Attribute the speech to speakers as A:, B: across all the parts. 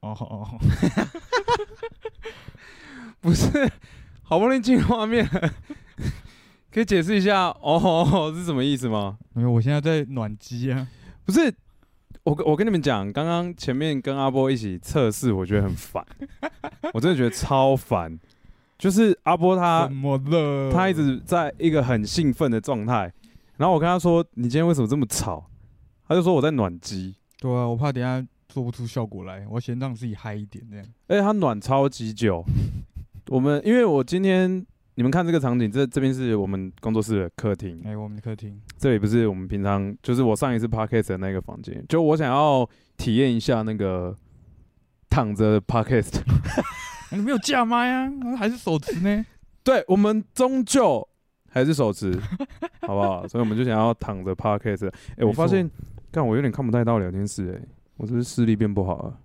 A: 哦哦，
B: 不是，好不容易进画面了， 可以解释一下哦哦是什么意思吗？
A: 没有，我现在在暖机啊。
B: 不是，我跟我跟你们讲，刚刚前面跟阿波一起测试，我觉得很烦，我真的觉得超烦。就是阿波他
A: 怎么了？
B: 他一直在一个很兴奋的状态，然后我跟他说：“你今天为什么这么吵？”他就说：“我在暖机。
A: 对啊，我怕等一下做不出效果来，我要先让自己嗨一点，这样。”
B: 而且他暖超级久。我们因为我今天你们看这个场景，这这边是我们工作室的客厅，
A: 哎、我们的客厅，
B: 这里不是我们平常就是我上一次 podcast 的那个房间，就我想要体验一下那个躺着 podcast。
A: 哎你没有架麦啊，还是手持 呢？
B: 对我们终究还是 手持，好不好？所以我们就想要躺着 podcast。哎、我
A: 没错
B: 发现，干我有点看不太到聊天室、哎，我是不是视力变不好啊了？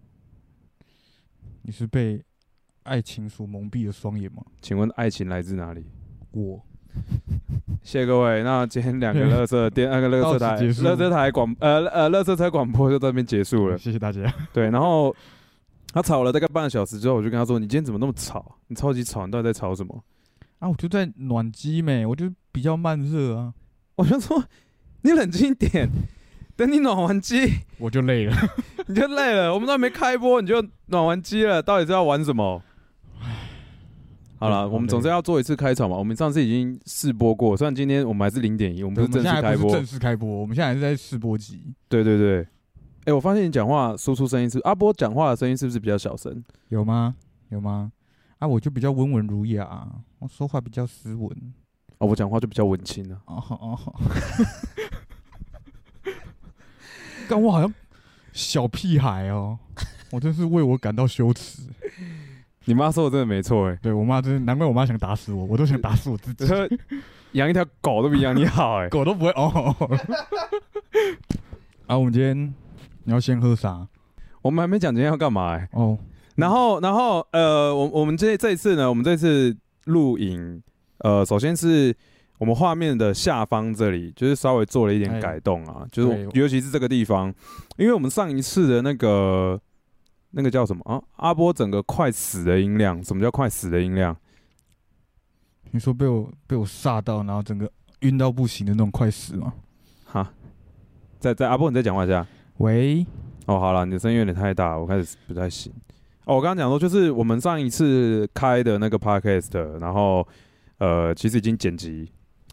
A: 你是被爱情所蒙蔽了双眼吗？
B: 请问爱情来自哪里？
A: 我
B: 谢谢各位。那今天 两个乐色电，那个乐色台，
A: 到此结束
B: 乐色台广，呃呃，乐色车广播就到这边结束了。
A: 谢谢大家。
B: 对，然后他吵了大概半个小时之后，我就跟他说：“你今天怎么那么吵？你超级吵，你到底在吵什么
A: 啊，我就在暖机没，我就比较慢热啊，？”
B: 我就说：“你冷静一点，等你暖完机
A: 我就累 了。
B: 你就累了。我们都还没开播你就暖完机了，到底是要玩什么？”好了，
A: 嗯
B: 我们总是要做一次开场嘛。我们上次已经试播过，虽然今天我们还是零点一，我们
A: 我
B: 不
A: 们
B: 是正
A: 现在
B: 式
A: 还
B: 开
A: 不是
B: 播
A: 正。式开播，我们现在还是在试播集。
B: 对对对，哎、我发现你讲话输出声音是阿波讲话的声音是不是比较小声？
A: 有吗？有吗？啊，我就比较温文儒雅、啊，我说话比较斯文。
B: 哦，我讲话就比较文青啊。
A: 哦哦， 但我好像小屁孩哦，我真是为我感到羞耻。
B: 你妈说的真的没错哎、
A: 对我妈真是，难怪我妈想打死我，我都想打死我自己
B: 你。说养一条狗都比养你好哎、
A: 狗都不会哦。 啊，我们今天你要先喝啥？
B: 我们还没讲今天要干嘛哎、
A: 哦，
B: 然后，然后，呃，我我们这这一次呢，我们这次录影，呃，首先是我们画面的下方这里，就是稍微做了一点
A: 哎
B: 改动啊，就是我
A: 对
B: 尤其是这个地方，因为我们上一次的那个那个叫什么啊，阿波整个快死的音量，什么叫快死的音量？
A: 你说被我被我吓到，然后整个晕到不行的那种快死吗？
B: 哈，再再阿波，你再讲话一下。
A: 喂，
B: 哦，好了，你的声音有点太大，我开始不太行。哦，我刚刚讲说，就是我们上一次开的那个 podcast，然后呃，其实已经剪辑，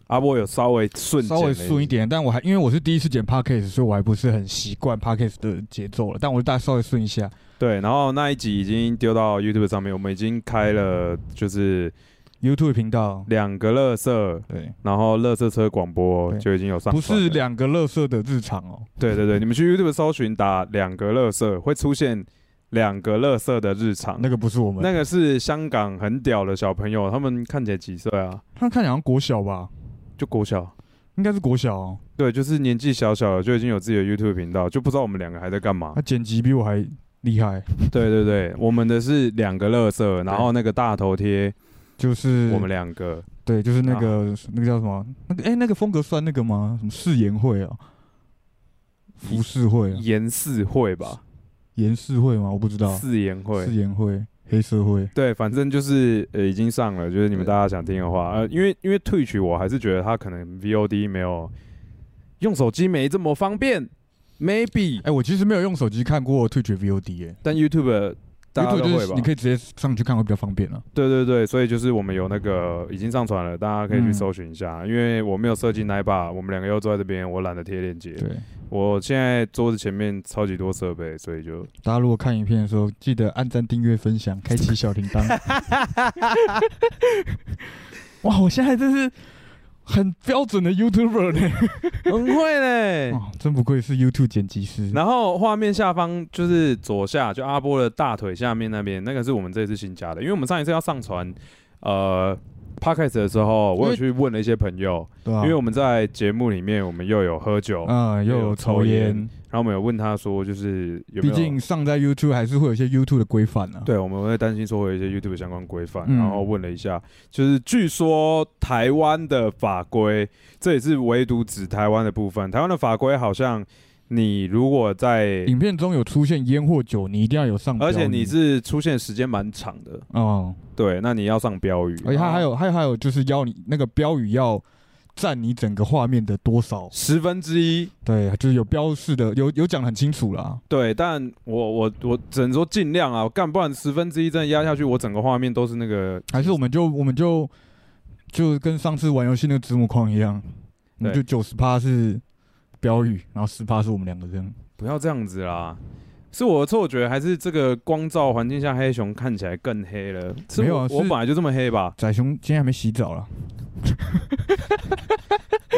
B: 阿波有稍微顺，
A: 稍微顺一。点，但我还因为我是第一次剪 podcast，所以我还不是很习惯 podcast 的节奏了，但我就大概稍微顺一下。
B: 对，然后那一集已经丢到 YouTube 上面，我们已经开了就是
A: YouTube 频道，
B: 两个乐色，
A: 对，
B: 然后乐色车广播
A: 对
B: 就已经有上传
A: 不
B: 了，
A: 是两个乐色的日常哦。
B: 对对对，你们去 YouTube 搜寻打两个乐色，会出现两个乐色的日常。
A: 那个不是我们，
B: 那个是香港很屌的小朋友，他们看起来几岁啊？
A: 他看起来好像国小吧，
B: 就国小。
A: 应该是国小哦。
B: 对，就是年纪小小的就已经有自己的 YouTube 频道，就不知道我们两个还在干嘛
A: 他。剪辑比我还厉害，
B: 对对对，我们的是两个乐色，然后那个大头贴，
A: 就是
B: 我们啊两个
A: 对，就是那个、那个叫什么？那个哎、那个风格算那个吗？什么誓言会啊？服饰会啊？啊
B: 研四会吧，
A: 严饰会吗？我不知道。
B: 四研
A: 誓
B: 会。
A: 言会、黑社会，
B: 对，反正就是呃已经上了，就是你们大家想听的话，呃，因为因为 Twitch 我还是觉得它可能 VOD 没有用手机没这么方便，maybe，
A: 哎、我其实没有用手机看过退学 VOD 哎、
B: 但 YouTube 大家
A: YouTube
B: 都
A: 就
B: 会
A: 是
B: 吧？
A: 你可以直接上去看会比较方便啊。
B: 对对对，所以就是我们有那个已经上传了，大家可以去搜寻一下。因为我没有设计奶爸，我们两个又坐在这边，我懒得贴链接。
A: 对，
B: 我现在桌子前面超级多设备，所以就
A: 大家如果看影片的时候，记得按赞、订阅、分享、开启小铃 铛。哇，我现在真是很标准的 YouTuber 呢、
B: 很会嘞。
A: 哦，真不愧是 YouTube 剪辑师。
B: 然后画面下方就是左下，就阿波的大腿下面那边，那个是我们这次新加的，因为我们上一次要上传呃 podcast 的时候，我有去问了一些朋友，
A: 对啊，
B: 因为我们在节目里面我们又有喝酒，
A: 嗯又
B: 又有
A: 有
B: 抽
A: 抽
B: 烟
A: 烟。
B: 然后我们有问他说，就是有没
A: 毕
B: 有
A: 竟上在 YouTube 还是会有一些 YouTube 的规范啊。，
B: 对，我们会担心说会有一些 YouTube 相关规范，
A: 嗯
B: 然后问了一下，就是据说台湾的法规，这也是唯独指台湾的部分，台湾的法规好像你如果在，
A: 影片中有出现烟或酒，你一定要有上标语，
B: 而且你是出现时间蛮长的，
A: 哦，
B: 对，那你要上标语，
A: 而且它还
B: 有
A: 有还有还有就是要你那个标语要占你整个画面的多少，
B: 十分之一。
A: 对，就是有标示的，有有讲得很清楚啦。
B: 对，但我我我只能说尽量啊，干不然十分之一真的压下去，我整个画面都是那个
A: 还是我们就我们就就跟上次玩游戏那个子母框一样，我们就
B: 对
A: 九十趴是标语，然后十趴是我们两个这样。
B: 不要这样子啦。是我的错觉，还是这个光照环境下黑熊看起来更黑了？是
A: 没有啊
B: 我我
A: 是
B: 本来就这么黑吧？
A: 仔熊今天还没洗澡啦，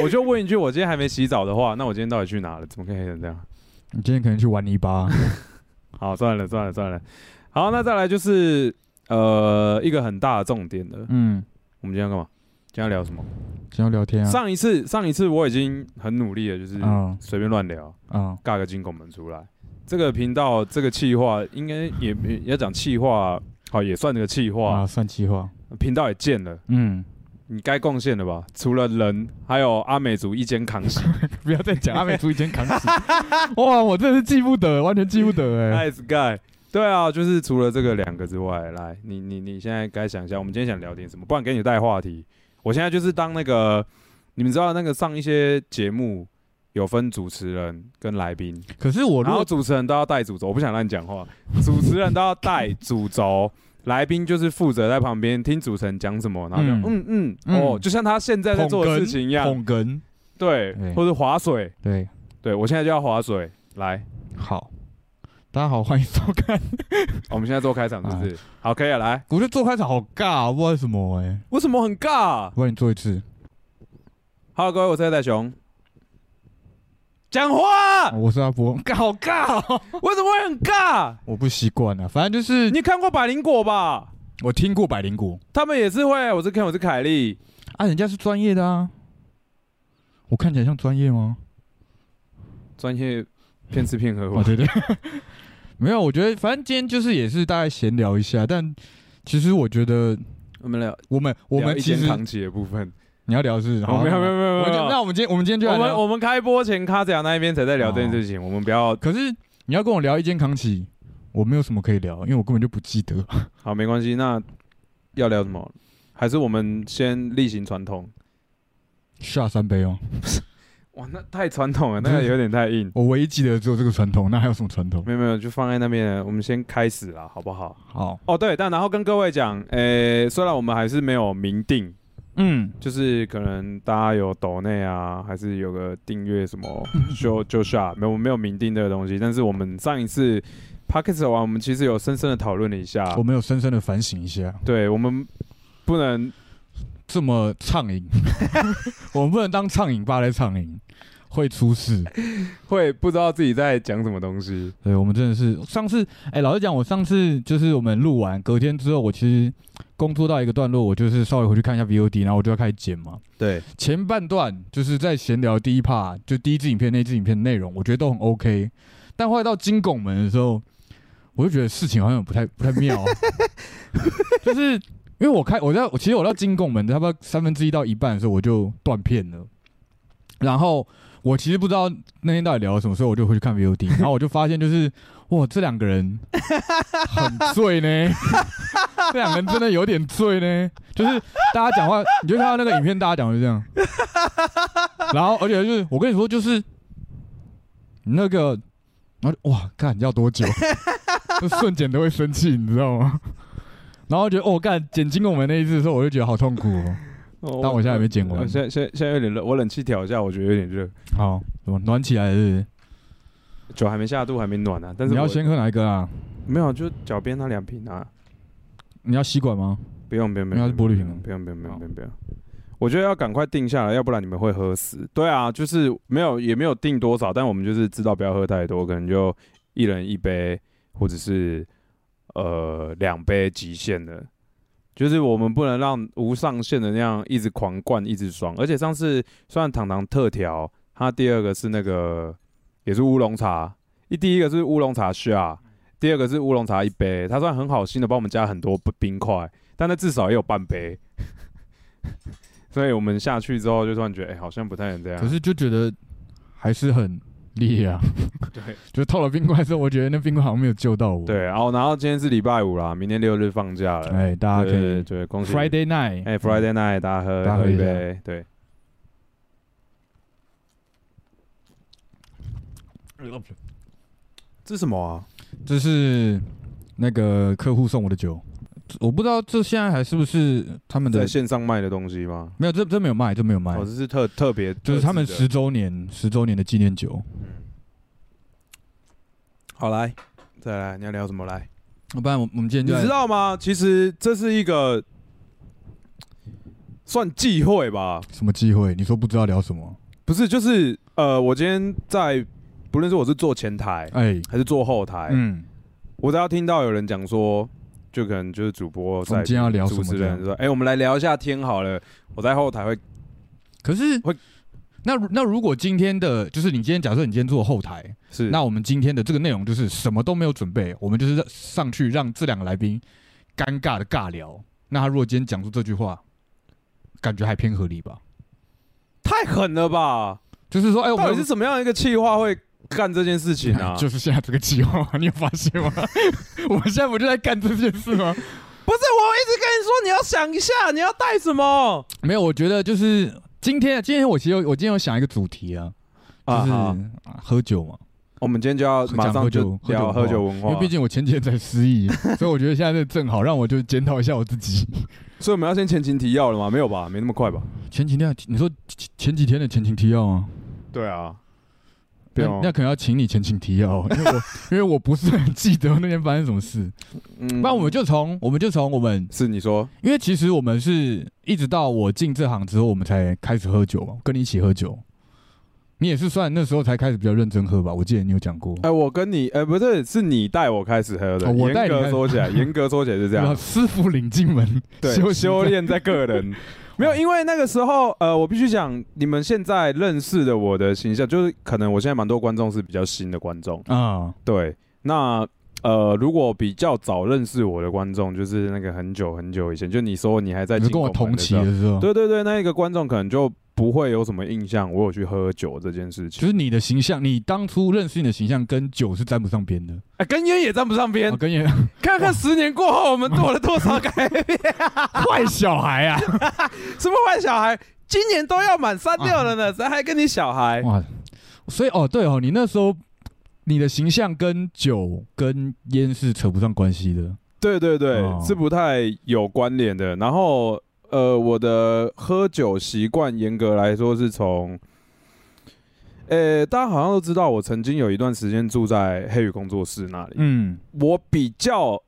B: 我就问一句，我今天还没洗澡的话，那我 今天到底去哪了？怎么可以黑成这样？
A: 你今天可能去玩泥巴，
B: 好，算了算了算了。好，那再来就是呃一个很大的重点了。
A: 嗯，
B: 我们今天要干嘛？今天要聊什么？
A: 想要聊天啊，
B: 上一次上一次我已经很努力了，就是
A: 嗯
B: 随便乱聊，
A: 啊，
B: 尬个金拱门出来。这个频道这个气话应该也也要讲气话，好也算这个气话
A: 啊，。算计划，
B: 频道也建了，
A: 嗯，
B: 你该贡献了吧？除了人，还有阿美族一肩扛 起。
A: 不要再讲阿美族以前扛 死，哇，我真的是记不得，完全记不得哎、
B: nice guy。对啊，就是除了这个两个之外，来，你你你现在该想一下，我们今天想聊点什么？不然给你带话题。我现在就是当那个，你们知道那个上一些节目有分主持人跟来宾，
A: 可是我如
B: 然后
A: 果
B: 主持人都要带主轴，我不想让你讲话， 主持人都要带主轴。来宾就是负责在旁边听主持人讲什么，然后就嗯嗯
A: 嗯
B: 哦，就像他现在在
A: 捧
B: 做的事
A: 哏
B: 情一样，
A: 捧哏，
B: 对，
A: 对
B: 或者划水，
A: 对，
B: 对我现在就要划水，来，
A: 好，大家好，欢迎收看。
B: 我们现在做开场是
A: 啊
B: 不是？好，可以了，来，
A: 我觉得做开场好尬、啊，不知道为什么哎、
B: 为什么很尬、
A: 我帮你做一次。
B: Hello，各位，我是戴熊。讲话
A: 我是阿波，尬好尬、哦，
B: 为什么会很尬？
A: 我不习惯啊。反正就是
B: 你看过百灵果吧？
A: 我听过百灵果
B: 他们也是会，我是 Ken，我是凯莉。
A: 啊，人家是专业的啊。我看起来像专业吗？
B: 专业骗吃骗喝
A: 哦，
B: 吧。
A: 对对， 没有，我觉得反正今天就是也是大概闲聊一下，但其实我觉得
B: 我们聊
A: 我们我
B: 聊
A: 们
B: 一
A: 其
B: 肩
A: 实
B: 扛起的 部分。
A: 你要聊的是，
B: 哦
A: 好
B: 没有
A: 那
B: 没有没有
A: 我们
B: 没
A: 就
B: 有。
A: 那我们今天我们今天就来
B: 我们
A: 聊，哦
B: 我们开播前，卡子雅那一边才在聊这件事情，我们不要。
A: 可是你要跟我聊一间扛起，我没有什么可以聊，因为我根本就不记得。
B: 好，没关系。那要聊什么？还是我们先例行传统？
A: 下三杯哦，
B: 哇，那太传统了，那 个有点太硬。
A: 我唯一记得只有这个传统，那还有什么传统？
B: 没有没有，就放在那边了。我们先开始啦，好不好？
A: 好，
B: 哦，对，但然后跟各位讲，诶、虽然我们还是没有明定，
A: 嗯，
B: 就是可能大家有抖内啊，还是有个订 阅什么就就下，没有我们没有明定这个东西，但是我们上一次 p o c k e t 玩，我们其实有深深的讨论了一下，
A: 我们有深深的反省一下，
B: 对我们不能
A: 这么畅饮， 我们不能当畅饮吧来畅饮，会出事。
B: 会不知道自己在讲什么东西，
A: 对，我们真的是上次，哎、老实讲，我上次就是我们录完隔天之后，我其实工作到一个段落，我就是稍微回去看一下 VOD，然后我就要开始剪嘛。
B: 对
A: 前半段就是在闲聊第一 part，就第一支影片那支影片内容，我觉得都很 OK。但后来到金拱门的时候，我就觉得事情好像不太不太妙、啊就是因为我开我在我其实我到金拱门差不多三分之一到一半的时候我就断片了，然后我其实不知道那天到底聊了什么，所以我就回去看 VOD，然后我就发现就是哇，这两个人很醉呢，这两个人真的有点醉呢，就是大家讲话，你就看到那个影片，大家讲就这样， 然后而且就是我跟你说，就是那个，然后就哇，干要多 久？就瞬间都会生气，你知道吗？然后觉得哦，干剪金拱门那一次的时候，我就觉得好痛苦哦。
B: 哦
A: 但我现在还没剪完
B: 我现在现在现在有点热，我冷气调一下，我觉得有点热，
A: 好，怎么暖起来是不是
B: 酒还没下肚，还没暖呢、但是
A: 你要
B: 我
A: 先喝哪一个啊？
B: 没有，就脚边那两瓶啊。
A: 你要吸管吗？
B: 不用不用不
A: 因
B: 用，
A: 为它是玻璃瓶吗啊
B: 不用不用不用
A: 好
B: 不用不用。我觉得要赶快定下来，要不然你们会喝死。对啊，就是没有也没有定多少，但我们就是知道不要喝太多，可能就一人一杯，或者是呃两杯极限的。就是我们不能让无上限的那样一直狂灌一直爽，而且上次虽然糖糖特调，它第二个是那个也是乌龙茶，一第一个是乌龙茶下，第二个是乌龙茶一杯，它算很好心的帮我们加很多冰块，但那至少也有半杯， 所以我们下去之后就突然觉得，哎、好像不太能这样。
A: 可是就觉得还是很厉啊！
B: 对
A: 就是套了冰块之后，我觉得那冰块好像没有救到我。
B: 对，，然后然后今天是礼拜五啦，明天六日放假了，
A: 哎，大家可
B: 对对
A: 以
B: 对，恭喜
A: Friday night，
B: 哎，Friday night 大家喝
A: 大家喝
B: 喝一
A: 一下
B: 杯，对，这是什么啊？
A: 这是那个客户送我的酒，我不知道这现在还是不是他们
B: 在
A: 的，
B: 线上卖的东西吗？
A: 没有，这这没有卖，这没有卖
B: 哦，，这是特特别，
A: 就是他们
B: 特制
A: 十周年十周年的纪念酒。
B: 的嗯好来，再来，你要聊什么来？
A: 要不然我我们今天
B: 你
A: 就来
B: 知道吗？其实这是一个算忌讳吧，
A: 什么机会？你说不知道聊什么？
B: 不是，就是呃，我今天在不论是我是坐前台
A: 哎，
B: 还是坐后台，
A: 嗯，
B: 我只要听到有人讲说，就可能就是主播
A: 我
B: 在
A: 们今天要聊什
B: 主
A: 么
B: 持
A: 这样？
B: 人说，哎、我们来聊一下天好了。我在后台会，
A: 可是
B: 会
A: 那如那如果今天的就是你今天假设你今天做后台，
B: 是
A: 那我们今天的这个内容就是什么都没有准备，我们就是上去让这两个来宾尴尬的尬聊。那他如果今天讲出这句话，感觉还偏合理吧？
B: 太狠了吧？
A: 就是说，哎、我
B: 到
A: 们？
B: 底是怎么样一个气话会干这件事情 啊
A: 就是现在这个计划，你有发现吗？ 我们现在不就在干这件事吗？
B: 不是，我一直跟你说你要想一下，你要带什么
A: 没有，我觉得就是今天，今天我其实有我今天有想一个主题啊，就是、
B: 好
A: 啊喝酒嘛，
B: 我们今天就要马上就
A: 讲喝酒
B: 聊喝
A: 喝酒
B: 酒文
A: 因为
B: 化
A: 毕，竟我前几天才失忆，所以我觉得现在这正好让我就检讨一下我自 己。
B: 所以我们要先前情提要了吗？没有吧？没那么快吧？
A: 前几天你说前前几天的前情提要啊，
B: 对啊，不
A: 那
B: 用
A: 那可能要请你前情提要，因为我 因为我不是很记得那天发生什么事。
B: 嗯
A: 那我们就从我们就从我们，
B: 是你说
A: 因为其实我们是一直到我进这行之后，我们才开始喝酒嘛，跟你一起喝酒。你也是算那时候才开始比较认真喝吧？我记得你有讲过，
B: 哎、我跟你，哎、不是，是你带我开始喝的。
A: 哦我带你
B: 严
A: 开
B: 格
A: 始
B: 说起来，严格说起来是这
A: 对吧
B: 样。
A: 师傅领进门，
B: 啊 对， 修
A: 炼。
B: 炼在个人，没有，因为那个时候，呃，我必须讲，你们现在认识的我的形象，就是可能我现在蛮多观众是比较新的观众，
A: 啊，
B: 对，那。呃，如果比较早认识我的观众，就是那个很久很久以前，就你说你还在
A: 你是跟我
B: 进拱门
A: 同
B: 的
A: 期
B: 时候
A: 的时候，
B: 对对对，那一个观众可能就不会有什么印象，我有去喝酒这件事
A: 就
B: 情，
A: 是你的形象，你当初认识你的形象跟酒是沾不上边的。啊
B: 哎、跟烟也沾不上边
A: 我，跟你
B: 看看十年过后我们做了多少改变。
A: 坏小孩啊，
B: 什么坏小孩？今年都要满三六 了呢，谁还跟你小孩？
A: 哇，所以哦，对哦，你那时候你的形象跟酒跟烟是扯不上关系的。
B: 对对对，
A: 哦
B: 是不太有关联的。然后呃，我的喝酒习惯严格来说是从，呃、大家好像都知道，我曾经有一段时间住在黑羽工作室那里，
A: 嗯，
B: 我比较。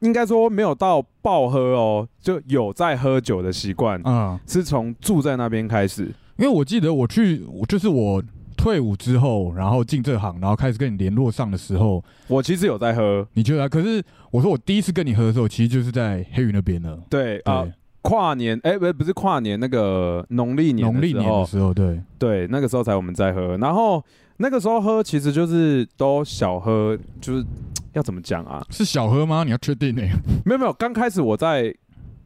B: 应该说没有到暴喝哦，就有在喝酒的习惯，
A: 啊、
B: 是从住在那边开始。
A: 因为我记得我去，我就是我退伍之后，然后进这行，然后开始跟你联络上的时候，
B: 我其实有在喝，
A: 你就来。可是我说我第一次跟你喝的时候，其实就是在黑云那边了。
B: 对啊、
A: 对，
B: 跨年，哎、不是不是跨年，那个农历年
A: 农
B: 的
A: 历
B: 时
A: 年的
B: 候，
A: 时候，对，
B: 对，那个时候才我们在喝。然后那个时候喝其实就是都小喝，就是嘖要怎么讲啊？
A: 是小喝吗？你要确定呢、
B: 没有没有，刚开始我在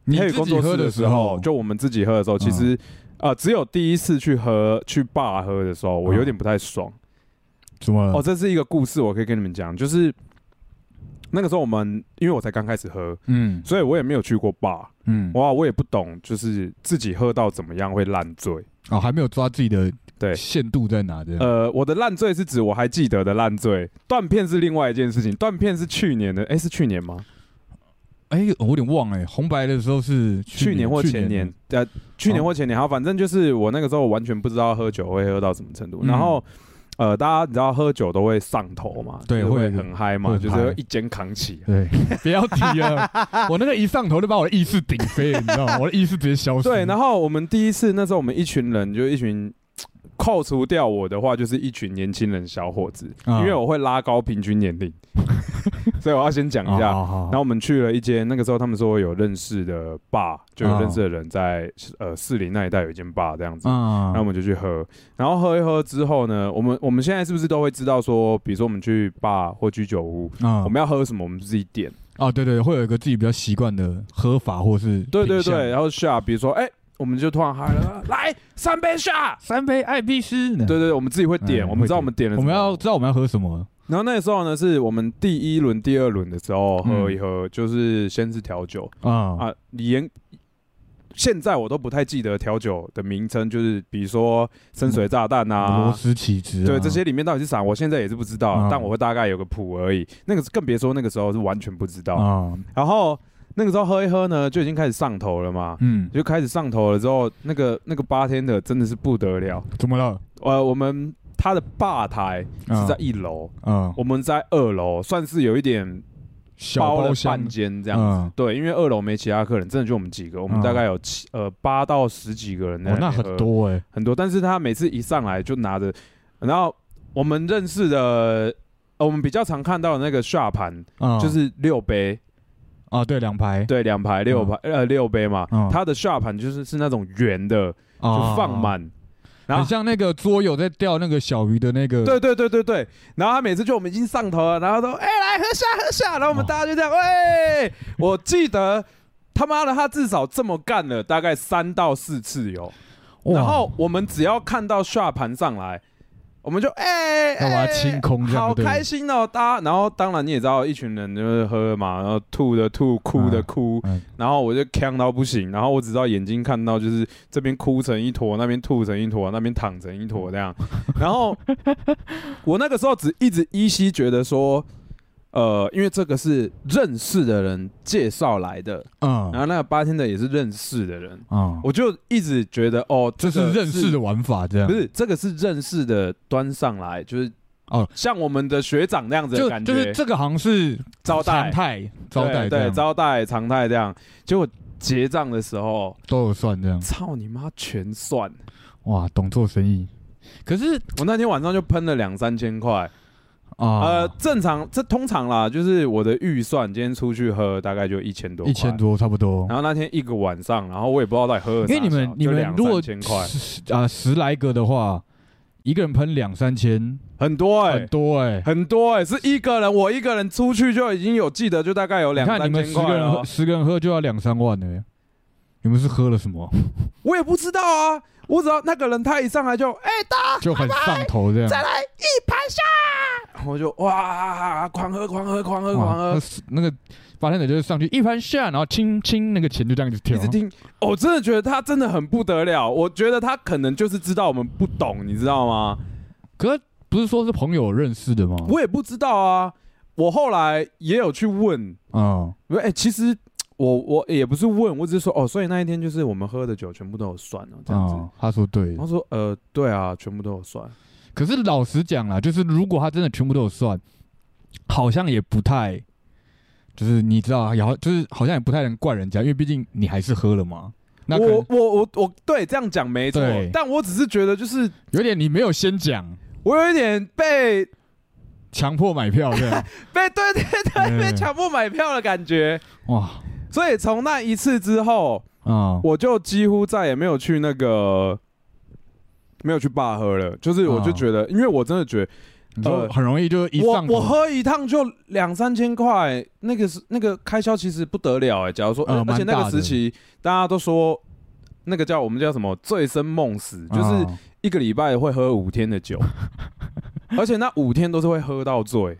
A: 你
B: 黑
A: 自
B: 羽
A: 己
B: 工作室
A: 喝
B: 的
A: 的
B: 时
A: 时
B: 候，
A: 候啊
B: 就我们自己喝的时候，其实呃只有第一次去喝去爸喝的时候，我有点不太爽。
A: 怎么了？
B: 哦，这是一个故事，我可以跟你们讲，就是那个时候我们因为我才刚开始喝，
A: 嗯
B: 所以我也没有去过爸。
A: 嗯，
B: 哇，我也不懂，就是自己喝到怎么样会烂醉。
A: 哦，还没有抓自己的
B: 对
A: 限度在哪这样。
B: 呃，我的烂醉是指我还记得的烂醉，断片是另外一件事情。断片是去年的，哎、是去年吗？
A: 哎、我有点忘了，红白的时候是
B: 去年或前年，，呃，去年或前年，好，反正就是我那个时候完全不知道喝酒会喝到什么程度。
A: 嗯
B: 然后，呃，大家你知道喝酒都会上头嘛，
A: 对
B: 就是会
A: 会
B: 很嗨嘛，
A: 会
B: 就是
A: 嗨
B: 会一肩扛 起。啊
A: 对， 不要提 了，我那个一上头就把我的意识顶飞了，你知道吗？我的意识直接消失。
B: 对，然
A: 后
B: 后我们第一次那时候我们一群人就一群。扣除掉我的话，就是一群年轻人小伙子，因为我会拉高平均年 龄，所以我要先讲一下。
A: 哦好好
B: 然后我们去了一间，那个时候他们说有认识的吧，就
A: 嗯
B: 有认识的人在、呃士林那一带有一间吧这样子，
A: 啊
B: 然后我们就去喝，然后喝一喝之后呢，我们我们现在是不是都会知道说，比如说我们去吧或居酒屋，
A: 啊
B: 我们要喝什么，我们自己点，
A: 哦，对对，会有一个自己比较习惯的喝法或是
B: 对对
A: 品相
B: 对，，然后下比如说哎、我们就突然嗨了，啊来三杯下。
A: 三杯艾必斯，
B: 对对对，我们自己会点，
A: 嗯
B: 我们知道
A: 会点
B: 我们点了什
A: 我
B: 么，
A: 们要知道我们要喝什么，
B: 然后那时候呢，是我们第一轮、第二轮的时候
A: 嗯
B: 喝一喝，就是先是调酒
A: 啊
B: 啊，盐。现在我都不太记得调酒的名称，就是比如说深水炸弹
A: 螺
B: 啊，
A: 丝起子啊，
B: 对，这些里面到底是啥，我现在也是不知道
A: 啊，
B: 但我会大概有个谱而已。那个更别说那个时候是完全不知道。
A: 啊，
B: 然后那个时候喝一喝呢，就已经开始上头了嘛，
A: 嗯，
B: 就开始上头了之后，那个那个八天的真的是不得了。
A: 怎么了？
B: 呃，我们他的吧台是
A: 嗯
B: 在一楼，
A: 啊，
B: 我们在二楼，算是有一点
A: 小
B: 包了
A: 包
B: 半
A: 厢嗯啊哦
B: 间
A: 这
B: 这样。
A: 样，
B: 对，因为二楼没其他客人，真的就我们几个，我们
A: 嗯
B: 大概有七呃八到十几个人在
A: 哦，那
B: 里
A: 很
B: 喝
A: 多哎，
B: 很多。但是他每次一上来就拿着，然后我们认识的，呃，我们比较常看到的那个下盘、
A: 啊，
B: 就是六杯，
A: 啊，对，两排，
B: 对，两排六
A: 啊
B: 排、呃六杯嘛，
A: 嗯
B: 它的下盘就是是那种圆的，就
A: 啊
B: 放，满。然后
A: 很像那个桌友在钓那个小鱼的那个，
B: 对对对对对，然后他每次就我们已经上头了，然后说：“哎、来喝下喝下。”然后我们
A: 哦
B: 大家就这样，喂、我记得他妈的，他至少这么干了大概三到四次有。
A: 哇，
B: 然后我们只要看到下盘上来，我们就哎，
A: 要把它
B: 哎
A: 清空这样
B: 好
A: 对
B: 开心哦，大家。然后当然你也知道，一群人就是喝嘛，然后吐的吐，哭的哭，
A: 嗯
B: 然后我就呛到不行，然后我只知道眼睛看到就是这边哭成一坨，那边吐成一坨，那边躺成一坨这样。然后我那个时候只一直依稀觉得说，呃，因为这个是认识的人介绍来的，然
A: 嗯
B: 后那个八天的也是认识的人，
A: 啊，
B: 我就一直觉得哦，
A: 这
B: 个
A: 是认识的玩法，这样
B: 不是这个是认识的端上来，就是
A: 哦
B: 像我们的学长那样子的
A: 就
B: 感觉，
A: 就是这个好像是
B: 招
A: 常
B: 待
A: 态招待这
B: 对对
A: 样
B: 招待常态这样。结果结账的时候，
A: 都有算这样，
B: 操你妈，全算！
A: 哇，懂做生意，可是
B: 我那天晚上就喷了两三千块，
A: 啊
B: 呃，，正常这通常啦，就是我的预算今天出去喝大概就一千多，
A: 一千。多差不多，
B: 然后那天一个晚上，然后我也不知道在喝了啥
A: 因
B: 小，
A: 为你们你
B: 就
A: 们
B: 两
A: 如果
B: 三千块
A: 十啊十来个的话，一个人喷两三千，
B: 很多哎、
A: 很多哎。
B: 很多哎、是一个人，我一个人出去就已经有记得，就大概有
A: 你
B: 两
A: 看你
B: 三
A: 们
B: 千
A: 十
B: 块
A: 个
B: 了
A: 人
B: 哦
A: 喝，。十个人喝就要两三万呢、你们是喝了什么？
B: 我也不知道啊，我只要那个人他一上来就哎、
A: 就很上头这样。
B: 再来一盘下，我就哇狂喝狂喝狂喝
A: 哇
B: 狂喝
A: 那，是那个发现的就是上去一盘下，然后轻轻那个钱就这样子
B: 一
A: 跳
B: 直。听，哦我真的觉得他真的很不得了。我觉得他可能就是知道我们不懂，你知道吗？
A: 可是不是说是朋友认识的吗？
B: 我也不知道啊。我后来也有去问，
A: 嗯
B: 不是，哎、其实我我也不是问，我只是说哦，所以那一天就是我们喝的酒全部都有算哦，这样子。
A: 嗯，他说对
B: 他。说呃，对啊，全部都有算。
A: 可是老实讲啦，就是如果他真的全部都有算，好像也不太，就是你知道，然后就是好像也不太能怪人家，因为毕竟你还是喝了嘛。那可
B: 我
A: 能
B: 我我我对这样讲没错
A: 对，
B: 但我只是觉得就是
A: 有点你没有先讲，
B: 我有一点被
A: 强迫买票这样。
B: 被对对对被
A: 嗯
B: 强迫买票的感觉。
A: 哇
B: 所以从那一次之后，
A: 啊
B: 我就几乎再也没有去那个没有去爸喝了。就是我就觉得，因为我真的觉得，
A: 你说
B: 呃
A: 很容易就哦一
B: 我
A: 上
B: 我
A: 头，
B: 喝一趟就两三千块，那个是那个开销其实不得了哎、假如说，
A: 呃
B: 呃而
A: 蛮
B: 且那
A: 大
B: 个
A: 的
B: 时期大家都说。那个叫我们叫什么醉生梦死，就是
A: 啊
B: 一个礼拜会喝五天 的酒，而且那五天都是会喝到醉。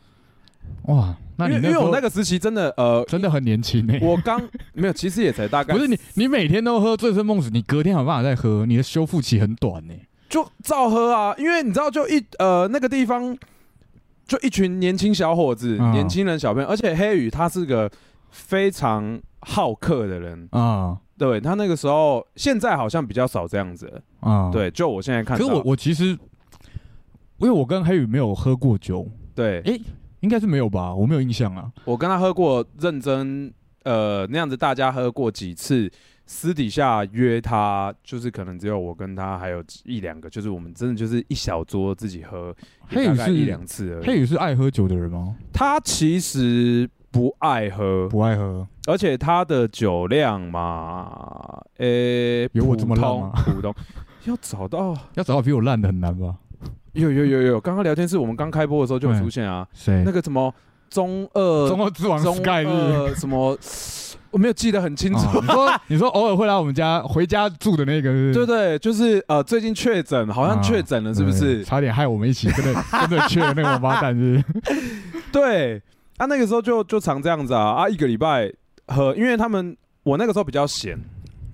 A: 哇，那
B: 因
A: 你
B: 为因为我
A: 那
B: 那
A: 个
B: 个时期真的 呃，
A: 真的很年轻呢。
B: 我刚没有，其实也才大概
A: 不是你，你每天都喝醉生梦死，你隔天有办法再喝，你的修复期很短欸呢、
B: 就照喝啊，因为你知道，就一呃那个地方，就一群年轻小伙子、
A: 嗯
B: 年轻人、小朋友，而且黑羽他是个非常好客的人，
A: 啊
B: 对他那个时候，现在好像比较少这样子了，
A: 啊，。
B: 对，就我现在看
A: 可是
B: 到，
A: 我我其实，因为我跟黑羽没有喝过酒，
B: 对
A: 诶应该是没有吧，我没有印象啊。
B: 我跟他喝过认真呃那样子，大家喝过几次。私底下约他，就是可能只有我跟他，还有一两个，就是我们真的就是一小桌自己喝，
A: 黑
B: 也大
A: 羽
B: 概一
A: 是
B: 两次而
A: 黑
B: 已。
A: 羽是爱喝酒的人吗？
B: 他其实不爱喝，
A: 不爱喝，
B: 而且他的酒量嘛，呃、
A: 有我这么烂
B: 普通
A: 吗
B: 普通， 要找到
A: 要找到比我烂的很难吧？
B: 有有有有，刚刚聊天室我们刚开播的时候就有出现啊，
A: 谁？
B: 那个什么中二
A: 中国之王
B: 中
A: Sky 日
B: 二什么我没有记得很清楚。
A: 啊你说你说偶尔会来我们家回家住的那个是不是，
B: 对对，就是呃，最近确诊，好像
A: 啊
B: 确诊了，是不是？
A: 差点害我们一起真 的真的缺了那个王八蛋，是不是？
B: 对，啊，那个时候就就常这样子啊，啊，一个礼拜和，因为他们我那个时候比较闲，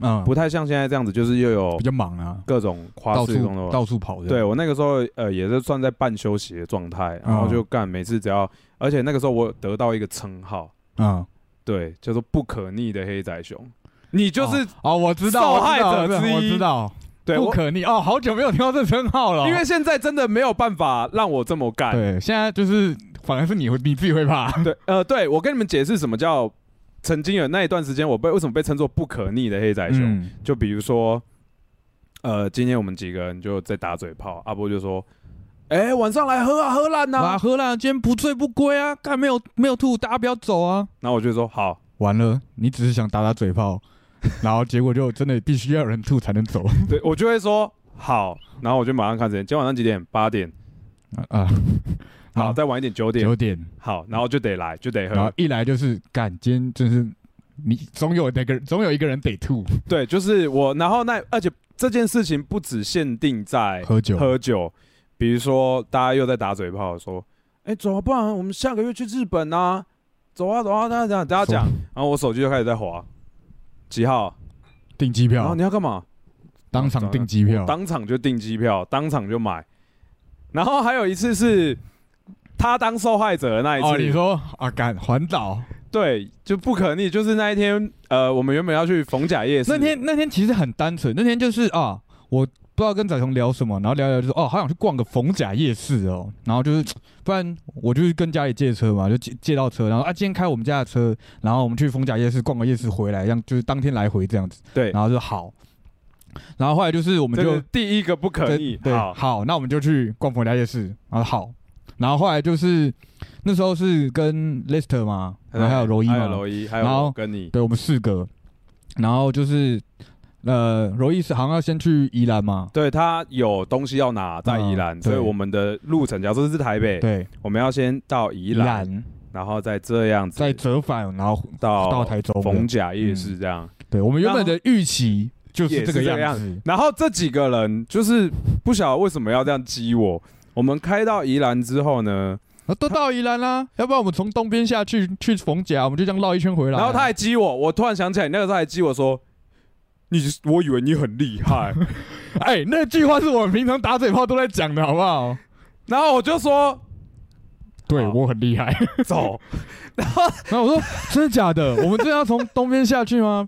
A: 嗯，
B: 不太像现在这样子，就是又有
A: 比较忙啊，
B: 各种花
A: 到
B: 式
A: 处
B: 工作。
A: 到处跑的。
B: 对我那个时候呃也是算在半休息的状态，然后
A: 嗯
B: 就干，每次只要，而且那个时候我有得到一个称号，
A: 嗯，
B: 对，叫做不可逆的黑仔熊。你就是、
A: 哦，我知道，
B: 受害者
A: 我知道
B: 之一
A: 我知道，
B: 对
A: 不
B: 我，
A: 可逆哦，好久没有听到这称号了哦，
B: 因为现在真的没有办法让我这么干。
A: 对，现在就是反而是你会你自己会怕，
B: 对，呃，对我跟你们解释什么叫曾经有那一段时间，我被为什么被称作不可逆的黑仔熊。
A: 嗯
B: 就比如说，呃，今天我们几个人就在打嘴炮，阿波就说：“哎、晚上来喝啊，喝烂呐、
A: 啊，荷兰今天不醉不归啊，干没有没有吐，大家不要走啊。
B: 然后我就说：“好。
A: 完了，你只是想打打嘴 炮，然后结果就真的必须要有人吐才能走
B: 对”我就会说：“好。”然后我就马上看时间，今天晚上几点？八点。
A: 啊。
B: 好，再晚一点九点。
A: 九啊点，嗯
B: 好，然后就得来，就得
A: 然后
B: 喝。
A: 一来就是干，今天真是你总有那个人总有一个人得吐，
B: 对，就是我。然后那而且这件事情不只限定在
A: 哎喝酒，
B: 喝酒，比如说大家又在打嘴炮说：“哎、走啊，不然我们下个月去日本啊，走啊走啊。”大家讲，大家讲，然后我手机就开始在滑，几号？
A: 订机
B: 然后
A: 票
B: 你，要干嘛？
A: 当场订机票，
B: 当场就订机票，当场就买。然后还有一次是他当受害者的那一次，
A: 哦，你说啊干环岛
B: 对，就不可逆，就是那一天，呃，我们原本要去逢甲夜市，
A: 那天那天其实很单纯，那天就是啊，我不知道跟仔彤聊什么，然后聊一聊就说哦，好想去逛个逢甲夜市哦，然后就是不然我就是跟家里借车嘛，就借借到车，然后啊今天开我们家的车，然后我们去逢甲夜市逛个夜市回来，这样就是当天来回这样子，
B: 对，
A: 然后就好，然后后来就是我们
B: 这
A: 就是
B: 第一个不可
A: 对
B: 逆。
A: 对，
B: 好，
A: 那我们就去逛逢甲夜市，然后好，然后后来就是那时候是跟 Lester 嘛，然后还有柔一
B: 还有
A: 嘛，
B: 哎柔一，还
A: 然
B: 有
A: 后
B: 我跟你，
A: 对我们四个，然后就是呃，柔毅是好像要先去宜兰嘛，
B: 对他有东西要拿在宜兰，
A: 嗯
B: 所以
A: 对
B: 我们的路程，假如说是台北，
A: 对，
B: 我们要先到宜兰，，然后再这样子
A: 再折返，然后
B: 到
A: 到台嗯中
B: 哦逢
A: 的。
B: 甲夜市这样。
A: 对我们原本的预期就是这个
B: 也
A: 样
B: 是
A: 子，
B: 然后这几个人就是不晓得为什么要这样激我。我们开到宜兰之后呢，
A: 啊都到宜兰啦，要不然我们从东边下去去逢甲，我们就这样绕一圈回来。
B: 然后他还激我，我突然想起来，那个时候还激我说：“你，我以为你很 厉害。
A: 哎，那句话是我们平常打嘴炮都在讲的，好不好？”
B: 哦然后我就说
A: 对
B: 好
A: 我很厉害。：“
B: 走。
A: 然后我说：“真的假的？我们真的要从东边下去吗？”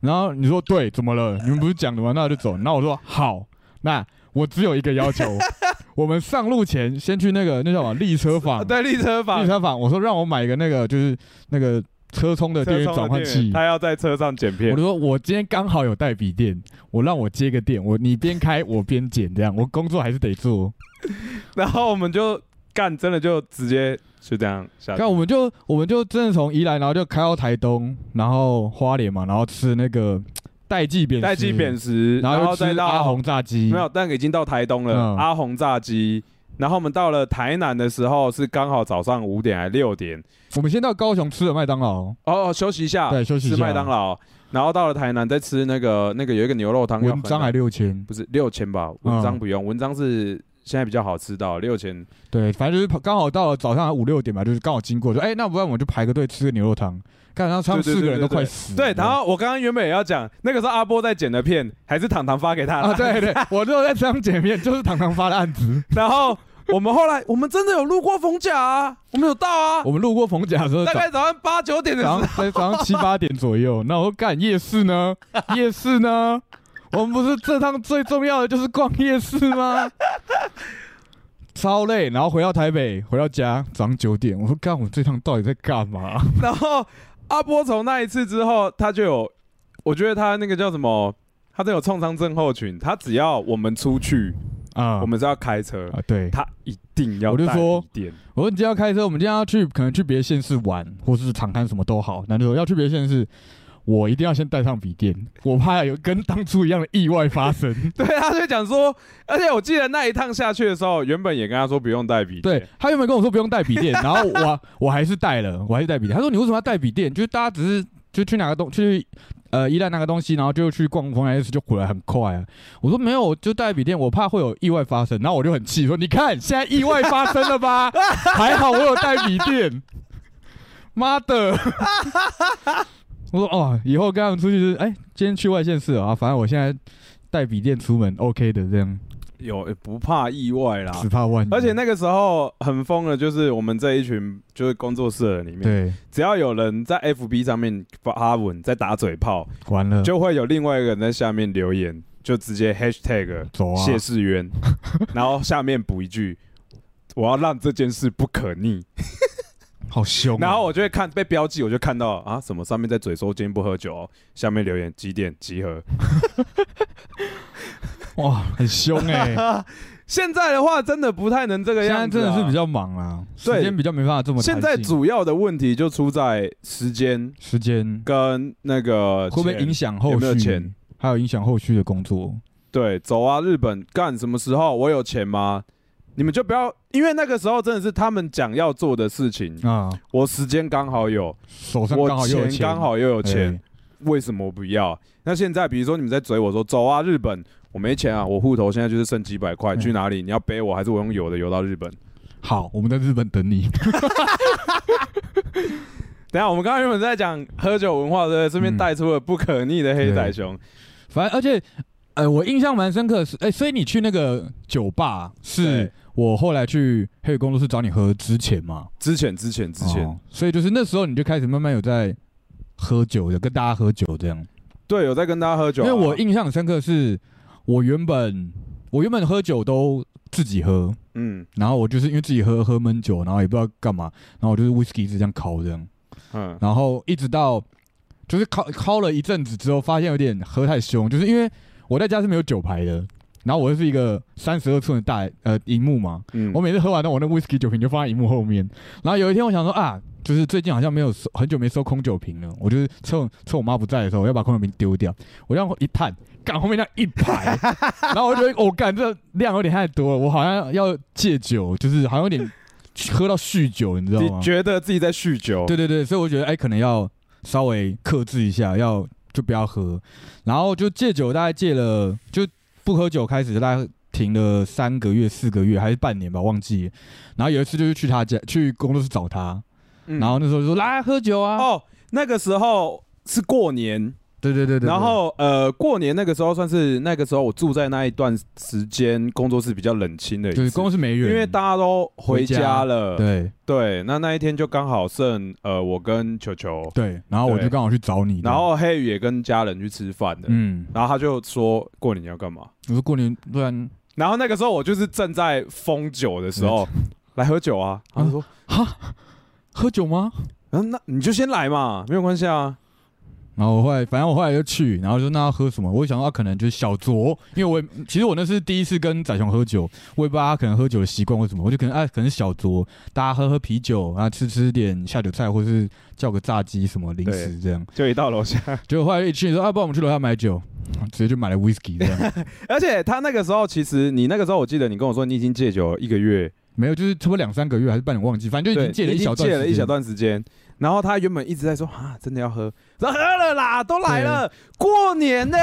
A: 然后你说：“对，怎么了？你们不是讲了吗？那我就走。”那我说：“好，那我只有一个要求，我们上路前先去那个那叫什么立车”坊，
B: 对，立车坊
A: 立车坊。我说让我买一个那个就是那个车充的电
B: 车
A: 源
B: 窗
A: 转
B: 的
A: 换
B: 店员
A: 器。
B: 他要在车上剪
A: 我
B: 片
A: 就。说我今天刚好有带笔电，我让我接个电，我你边开我边剪，这样我工作还是得做。
B: 然后我们就干，真的就直接就这样下去
A: 看，。我们就我们就真的从宜兰，然后就开到台东，然后花莲嘛，然后吃那个代记扁食
B: 代记扁食，
A: 然
B: 然
A: 后
B: 后
A: 又吃
B: 再到
A: 阿红炸鸡，
B: 没有，但已经到台东了。
A: 嗯
B: 阿红炸鸡，然后我们到了台南的时候是刚好早上五点还六点，
A: 我们先到高雄吃了麦当劳，
B: 哦，哦休息一下，
A: 对，休息一
B: 吃
A: 下。
B: 麦当劳，然后到了台南再吃那个那个有一个牛肉汤，
A: 文章还嗯
B: 还
A: 六千，
B: 不是六千吧？文章不用，文章是现在比较好吃到六千，
A: 对，反正就是刚好到了早上五六点吧，就是刚好经过，说哎、那不然我们就排个队吃个牛肉汤，看然后他们
B: 对对
A: 四个人
B: 对
A: 都
B: 对
A: 快死了
B: 对，然后我刚刚原本也要讲，那个时候阿波在剪的片，还是糖糖发给他的
A: 啊，对对，我都有在这张剪片，就是糖糖发的案 子。
B: 然后我们后来我们真的有路过逢甲啊，我们有到啊，
A: 我们路过逢甲的时候，
B: 大概早上八九点的时
A: 早
B: 候，
A: 上在早上七八点左右，那我说干夜市呢？夜市呢？我们不是这趟最重要的就是逛夜市吗？超累，然后回到台北，回到家早上九点，我说干，我这趟到底在干嘛？
B: 然后阿波从那一次之后，他就有，我觉得他那个叫什么，他都有创伤症候群，他只要我们出去，
A: 啊、
B: 我们是要开车。
A: 啊，对，
B: 他一定要
A: 我就
B: 带
A: 说
B: 一点，
A: 我说你今天要开车，我们今天要去，可能去别的县市玩，或是长滩什么都好。那就说要去别的县市，我一定要先带上笔电，我怕有跟当初一样的意外发生。
B: 对，他就讲说，而且我记得那一趟下去的时候，原本也跟他说不用带笔，
A: 对，他 原本跟我说不用带笔电，然后我我还是带了，我还是带笔电。他说你为什么要带笔电？就是大家只是就去哪个东去呃宜兰拿个东西，然后就去逛风来 S 就回来很快啊。我说没有，就带笔电，我怕会有意外发生。然后我就很气，说你看现在意外发生了 吧？还好我有带笔电，妈的！我说哦，以后跟他们出去就是，哎、今天去外县市啊，反正我现在带笔电出门，OK 的这样，
B: 有欸不怕意外啦。
A: 只怕万一。
B: 而且那个时候很疯的，就是我们这一群就是工作室的人里面，
A: 对，
B: 只要有人在 FB 上面发文在打嘴炮，
A: 完了
B: 就会有另外一个人在下面留言，就直接 hashtag
A: 走啊，
B: 谢 世渊，然后下面补一句。我要让这件事不可逆，
A: 好凶啊、
B: 然后我就会看被标记，我就看到啊什么上面在嘴说今天不喝酒、哦，下面留言几点集合，
A: 哇，很凶哎、
B: 现在的话真的不太能这个
A: 现在
B: 样子、啊
A: 真的是比较忙啦，
B: 对
A: 时间比较没办法这么弹
B: 现
A: 性。
B: 在主要的问题就出在时间
A: 时间
B: 跟那个
A: 会不会
B: 钱
A: 影响后续？
B: 有没有钱
A: 还有影响后续的工作。
B: 对，走啊，日本干什么时候？我有钱吗？你们就不要，因为那个时候真的是他们讲要做的事情，
A: 啊，
B: 我时间刚好有，
A: 手上刚
B: 嗯我
A: 好又有
B: 钱刚好又有钱，
A: 哎
B: 为什么我不要？那现在比如说你们在追我说走啊，日本，我没钱啊，我户头现在就是剩几百块，
A: 嗯
B: 去哪里？你要背我还是我用游的游到日本？
A: 好，我们在日本等你。
B: 等一下，我们刚刚原本在讲喝酒文化，对不对？顺便
A: 嗯
B: 带出了不可逆的黑仔熊，
A: 反正而且，呃，我印象蛮深刻的是，哎、所以你去那个酒吧，是
B: 对
A: 我后来去黑羽工作室找你喝之前嘛？
B: 之前之前之前，
A: 哦所以就是那时候你就开始慢慢有在喝酒的，跟大家喝酒这样。
B: 对，有在跟大家喝酒、
A: 因
B: 啊，
A: 为我印象很深刻是，我原本我原本喝酒都自己喝，
B: 嗯
A: 然后我就是因为自己喝喝闷酒，然后也不知道干嘛，然后我就是 whisky 一直这样烤这样，
B: 嗯
A: 然后一直到就是烤烤了一阵子之后，发现有点喝太凶，就是因为我在家是没有酒牌的，然后我就是一个三十二寸的大呃荧幕嘛，
B: 嗯，
A: 我每次喝完了，我那 whisky 酒瓶就放在荧幕后面。然后有一天我想说啊，就是最近好像没有收，很久没收空酒瓶了，我就是趁趁我妈不在的时候，我要把空酒瓶丢掉。我这样一探，干后面那一排，然后我就觉得我哦干、这量有点太多了，我好像要戒酒，就是好像有点喝到酗酒，你知道吗
B: 你？觉得自己在酗酒？
A: 对对对，所以我觉得哎、可能要稍微克制一下，要就不要喝，然后就戒酒，大概戒了就不喝酒开始，就大概停了三个月、四个月还是半年吧，忘记了。然后有一次就是去他家，去工作室找他，
B: 嗯
A: 然后那时候就说来喝酒啊，
B: 哦，那个时候是过年，
A: 对对对对，对
B: 然后呃，过年那个时候算是那个时候我住在那一段时间，工作室比较冷清的一次，
A: 就是工作室没人，
B: 因为大家都回家了，
A: 对
B: 对那那一天就刚好剩呃我跟球球，
A: 对，然后我
B: 对
A: 就刚好去找你，
B: 然后黑羽也跟家人去吃饭的，
A: 嗯，
B: 然后他就说过年你要干嘛？
A: 我说过年啊不然
B: 然后那个时候我就是正在疯酒的时候，
A: 嗯
B: 来喝酒啊，他就说，
A: 喝酒吗？
B: 嗯、那你就先来嘛，没有关系啊，
A: 然后我后来，反正我后来就去，然后就那要喝什么，我想到啊可能就是小酌，因为我也其实我那是第一次跟仔雄喝酒，我也不知道他可能喝酒的习惯或什么，我就可能哎、可能小酌，大家喝喝啤酒，然后吃吃点下酒菜，或是叫个炸鸡什么零食这样。
B: 就一到楼下，
A: 结果后来一去说啊，不然我们去楼下买酒，直接就买了 whisky 这样，
B: 而且他那个时候，其实你那个时候，我记得你跟我说你已经戒酒了一个月，
A: 没有就是差不多两三个月还是半年忘记，反正就已经
B: 对，
A: 戒了
B: 你
A: 一
B: 已
A: 小
B: 经
A: 段
B: 戒了一
A: 时
B: 小
A: 间。
B: 段时间。然后他原本一直在说啊，真的要喝，说喝了啦，都来了，过年呢、过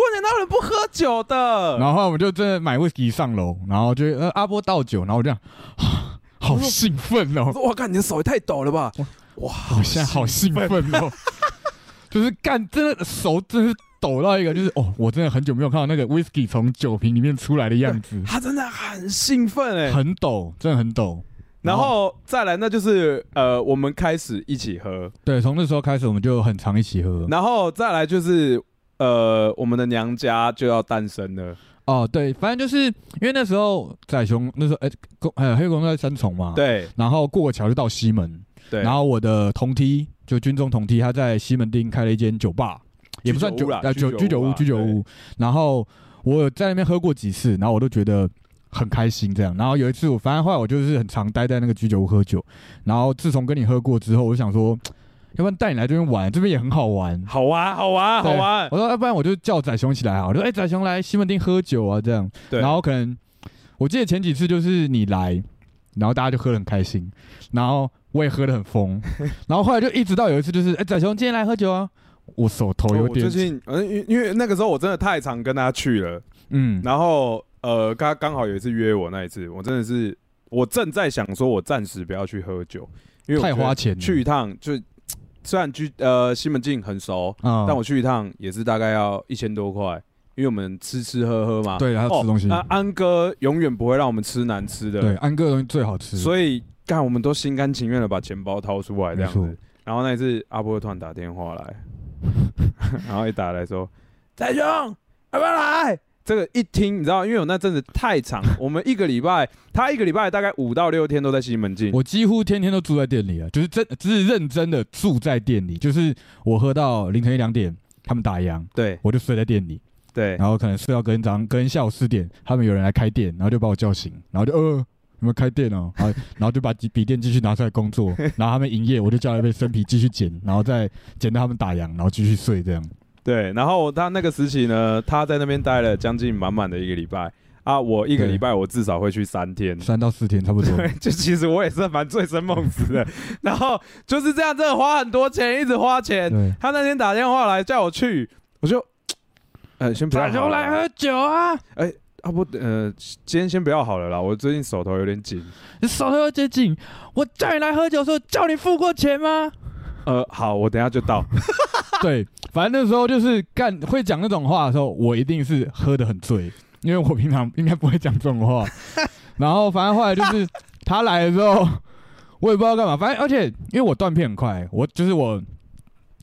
B: 年哪有人不喝酒的？
A: 然后后来我们就真的买 whisky 上楼，然后就呃阿波倒酒，然后我这样，啊好兴奋哦
B: 我！说我靠，你的手也太抖了吧！
A: 我现在好兴奋 哦，就是干，真的手真的是抖到一个，就是哦，我真的很久没有看到那个 whisky 从酒瓶里面出来的样 子，
B: 他真的很兴奋哎、
A: 很抖，真的很抖。
B: 然后再来，那就是呃，我们开始一起喝，
A: 对，从那时候开始我们就很常一起喝。
B: 然后再来就是呃，我们的娘家就要诞生了。
A: 哦，对，反正就是因为那时候仔雄那时候哎公呃黑公在三重嘛，，
B: 对
A: 然后过桥就到西门，
B: 对，
A: 然后我的同梯就军中同梯，他在西门町开了一间酒吧，也不算
B: 居酒
A: 酒
B: 屋啦
A: 呃酒
B: 居
A: 居
B: 酒
A: 酒
B: 屋
A: 屋
B: 啦
A: 居酒屋。然后我有在那边喝过几次，然后我都觉得很开心这样。然后有一次我反正后来我就是很常待在那个居酒屋喝酒，然后自从跟你喝过之后，我就想说，要不然带你来这边玩，这边也很好玩。
B: 好玩，好玩，好啊
A: 对
B: 玩。
A: 我说，要不然我就叫仔雄起来好了，我说哎，仔雄来西门町喝酒啊，这样。
B: 对，
A: 然后可能我记得前几次就是你来，然后大家就喝得很开心，然后我也喝得很 疯，然后后来就一直到有一次就是，哎、仔雄今天来喝酒啊，我手头有
B: 我最
A: 点，
B: 近，呃，因因为那个时候我真的太常跟他去了，
A: 嗯，
B: 然后呃，他刚好有一次约我那一次，我真的是我正在想说，我暂时不要去喝酒，因为我
A: 太
B: 觉得
A: 花钱了
B: 去一趟就虽然居呃西门町很熟，
A: 啊、
B: 但我去一趟也是大概要一千多块，因为我们吃吃喝喝嘛。
A: 对还要吃东西
B: 哦啊安哥永远不会让我们吃难吃
A: 对
B: 的，
A: 安哥的东西最好吃，以
B: 所以干我们都心甘情愿的把钱包掏出来这样
A: 没
B: 子
A: 错。
B: 然后那一次阿波突然打电话来， 然后一打来说：“仔兄，要不要来？”这个一听你知道，因为我那阵子 太长，我们一个礼拜，他一个礼拜大概五到六天都在西门町。
A: 我几乎天天都住在店里了，啊就是真只是认真的住在店里，就是我喝到凌晨一两点，他们打烊，
B: 对
A: 我就睡在店里，
B: 对，
A: 然后可能睡到隔天早上，隔天下午四点，他们有人来开店，然后就把我叫醒，然后就呃，你们开店哦，啊， 然后就把笔笔电继续拿出来工作，然后他们营业，我就叫一杯生啤继续剪，然后再剪到他们打烊，然后继续睡这样。
B: 对，然后他那个时期呢，他在那边待了将近满满的一个礼拜啊，我一个
A: 对
B: 礼拜我至少会去三天。
A: 三到四天差不多。
B: 对，就其实我也是蛮醉生梦死的， 然后就是这样，真的花很多钱，一直花钱。
A: 对，
B: 他那天打电话来叫我去，我就，呃，先不要
A: 打球
B: 好了
A: 来喝酒啊！
B: 啊不，呃，今天先不要好了啦，我最近手头有点紧。
A: 你手头接近，我叫你来喝酒的时候，叫你付过钱吗？
B: 呃，好，我等一下就 到。
A: 对，反正那时候就是干会讲那种话的时候，我一定是喝得很醉，因为我平常应该不会讲这种 话。然后反正后来就是他来的时候，我也不知道干嘛，反正而且因为我断片很快，我就是我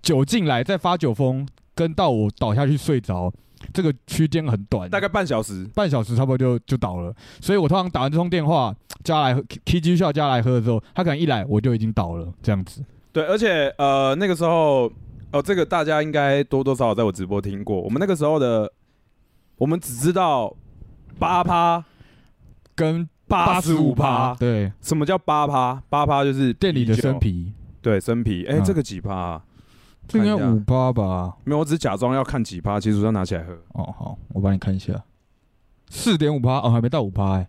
A: 酒进来再发酒疯，跟到我倒下去睡着，这个区间很短，
B: 大概半小时。
A: 半小时差不多就就倒了。所以我通常打完这通电话，加来喝 K G 校加来喝的时候，他可能一来我就已经倒了，这样子。
B: 对，而且呃，那个时候，哦，这个大家应该多多少少在我直播听过。我们那个时候的，我们只知道八趴、
A: 跟
B: 八十五
A: 趴
B: 趴。
A: 对
B: 什么叫八趴？八趴就是
A: 店里的
B: 啤酒
A: 生，啤，
B: 对生啤。哎、
A: 嗯
B: 这个几趴、啊？
A: 这应该
B: 看一下
A: 五八吧？
B: 没有，我只假装要看几趴，其实我要拿起来喝。
A: 哦，好，我帮你看一下，四点五趴哦，还没到五趴哎。